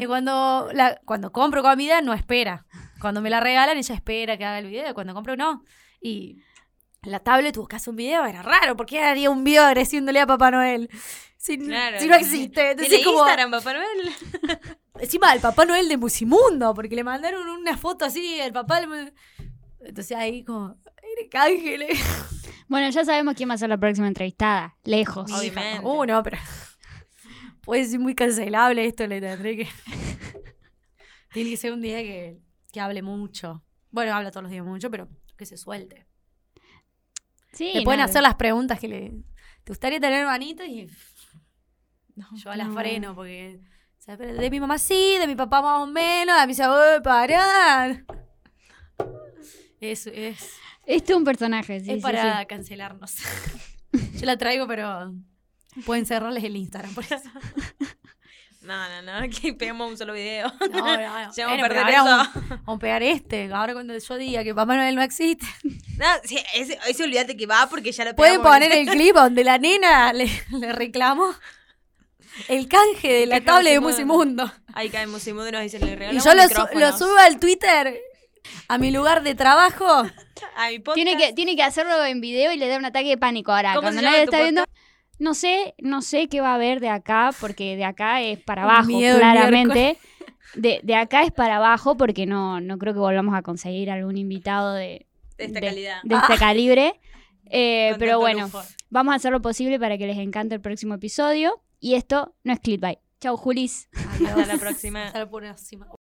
Speaker 2: y cuando, la- cuando compro comida, no espera. Cuando me la regalan, ella espera que haga el video. Cuando compro, no. Y la tablet tuvo que hacer un video, era raro, porque haría un video agradeciéndole a Papá Noel. Si,
Speaker 3: Claro.
Speaker 2: si no existe. Entonces,
Speaker 3: ¿Tiene
Speaker 2: como,
Speaker 3: Instagram, Papá Noel?
Speaker 2: encima al Papá Noel de Musimundo, porque le mandaron una foto así, el papá. le- Entonces ahí como, eres ángeles.
Speaker 1: Bueno, ya sabemos quién va a ser la próxima entrevistada. Lejos.
Speaker 3: Obvio. Obviamente.
Speaker 2: Uh, no, pero. Puede ser muy cancelable esto, le tendré que. Tiene que ser un día que, que hable mucho. Bueno, habla todos los días mucho, pero que se suelte.
Speaker 1: Sí,
Speaker 2: le pueden
Speaker 1: no,
Speaker 2: hacer las preguntas que le. ¿Te gustaría tener manitos? Y. yo las
Speaker 1: no.
Speaker 2: freno porque. o sea, pero De mi mamá sí, de mi papá más o menos, de mis abuelos, parar. Eso es.
Speaker 1: Este es un personaje, sí,
Speaker 2: es
Speaker 1: sí,
Speaker 2: para
Speaker 1: sí.
Speaker 2: cancelarnos. Yo la traigo, pero. Pueden cerrarles el Instagram por eso.
Speaker 3: No, no, no, que pegamos un solo video.
Speaker 2: No, no, no.
Speaker 3: Ya vamos a
Speaker 2: Bueno, pero
Speaker 3: perder
Speaker 2: ahora
Speaker 3: eso.
Speaker 2: vamos- Vamos a pegar este. Ahora cuando yo diga que Papá Noel no existe.
Speaker 3: No, sí, ese, ese olvídate que va porque ya lo
Speaker 2: Pueden
Speaker 3: pegamos.
Speaker 2: poner el clip donde la nena le, le reclamó el canje de la
Speaker 3: Canje
Speaker 2: tabla de
Speaker 3: Musimundo.
Speaker 2: Musimundo.
Speaker 3: Ahí caemos y nos dicen, le
Speaker 2: Y
Speaker 3: regalamos
Speaker 2: yo lo, su-
Speaker 3: micrófonos
Speaker 2: lo subo al Twitter, a mi lugar de trabajo.
Speaker 3: a mi podcast.
Speaker 1: Tiene que, tiene que hacerlo en video y le da un ataque de pánico ahora.
Speaker 3: ¿Cómo
Speaker 1: Cuando
Speaker 3: se llama
Speaker 1: nadie
Speaker 3: tu
Speaker 1: está viendo,
Speaker 3: podcast?
Speaker 1: no sé, no sé qué va a haber de acá, porque de acá es para
Speaker 2: Un
Speaker 1: abajo,
Speaker 2: miedo el
Speaker 1: claramente. De, de acá es para abajo, porque no, no creo que volvamos a conseguir algún invitado de,
Speaker 3: De esta calidad.
Speaker 1: de este calibre. Eh,
Speaker 3: Con
Speaker 1: pero
Speaker 3: tanto
Speaker 1: bueno,
Speaker 3: lujo.
Speaker 1: vamos a hacer lo posible para que les encante el próximo episodio. Y esto no es clickbait. Chau, Julis.
Speaker 3: Hasta la próxima.
Speaker 2: Hasta la próxima.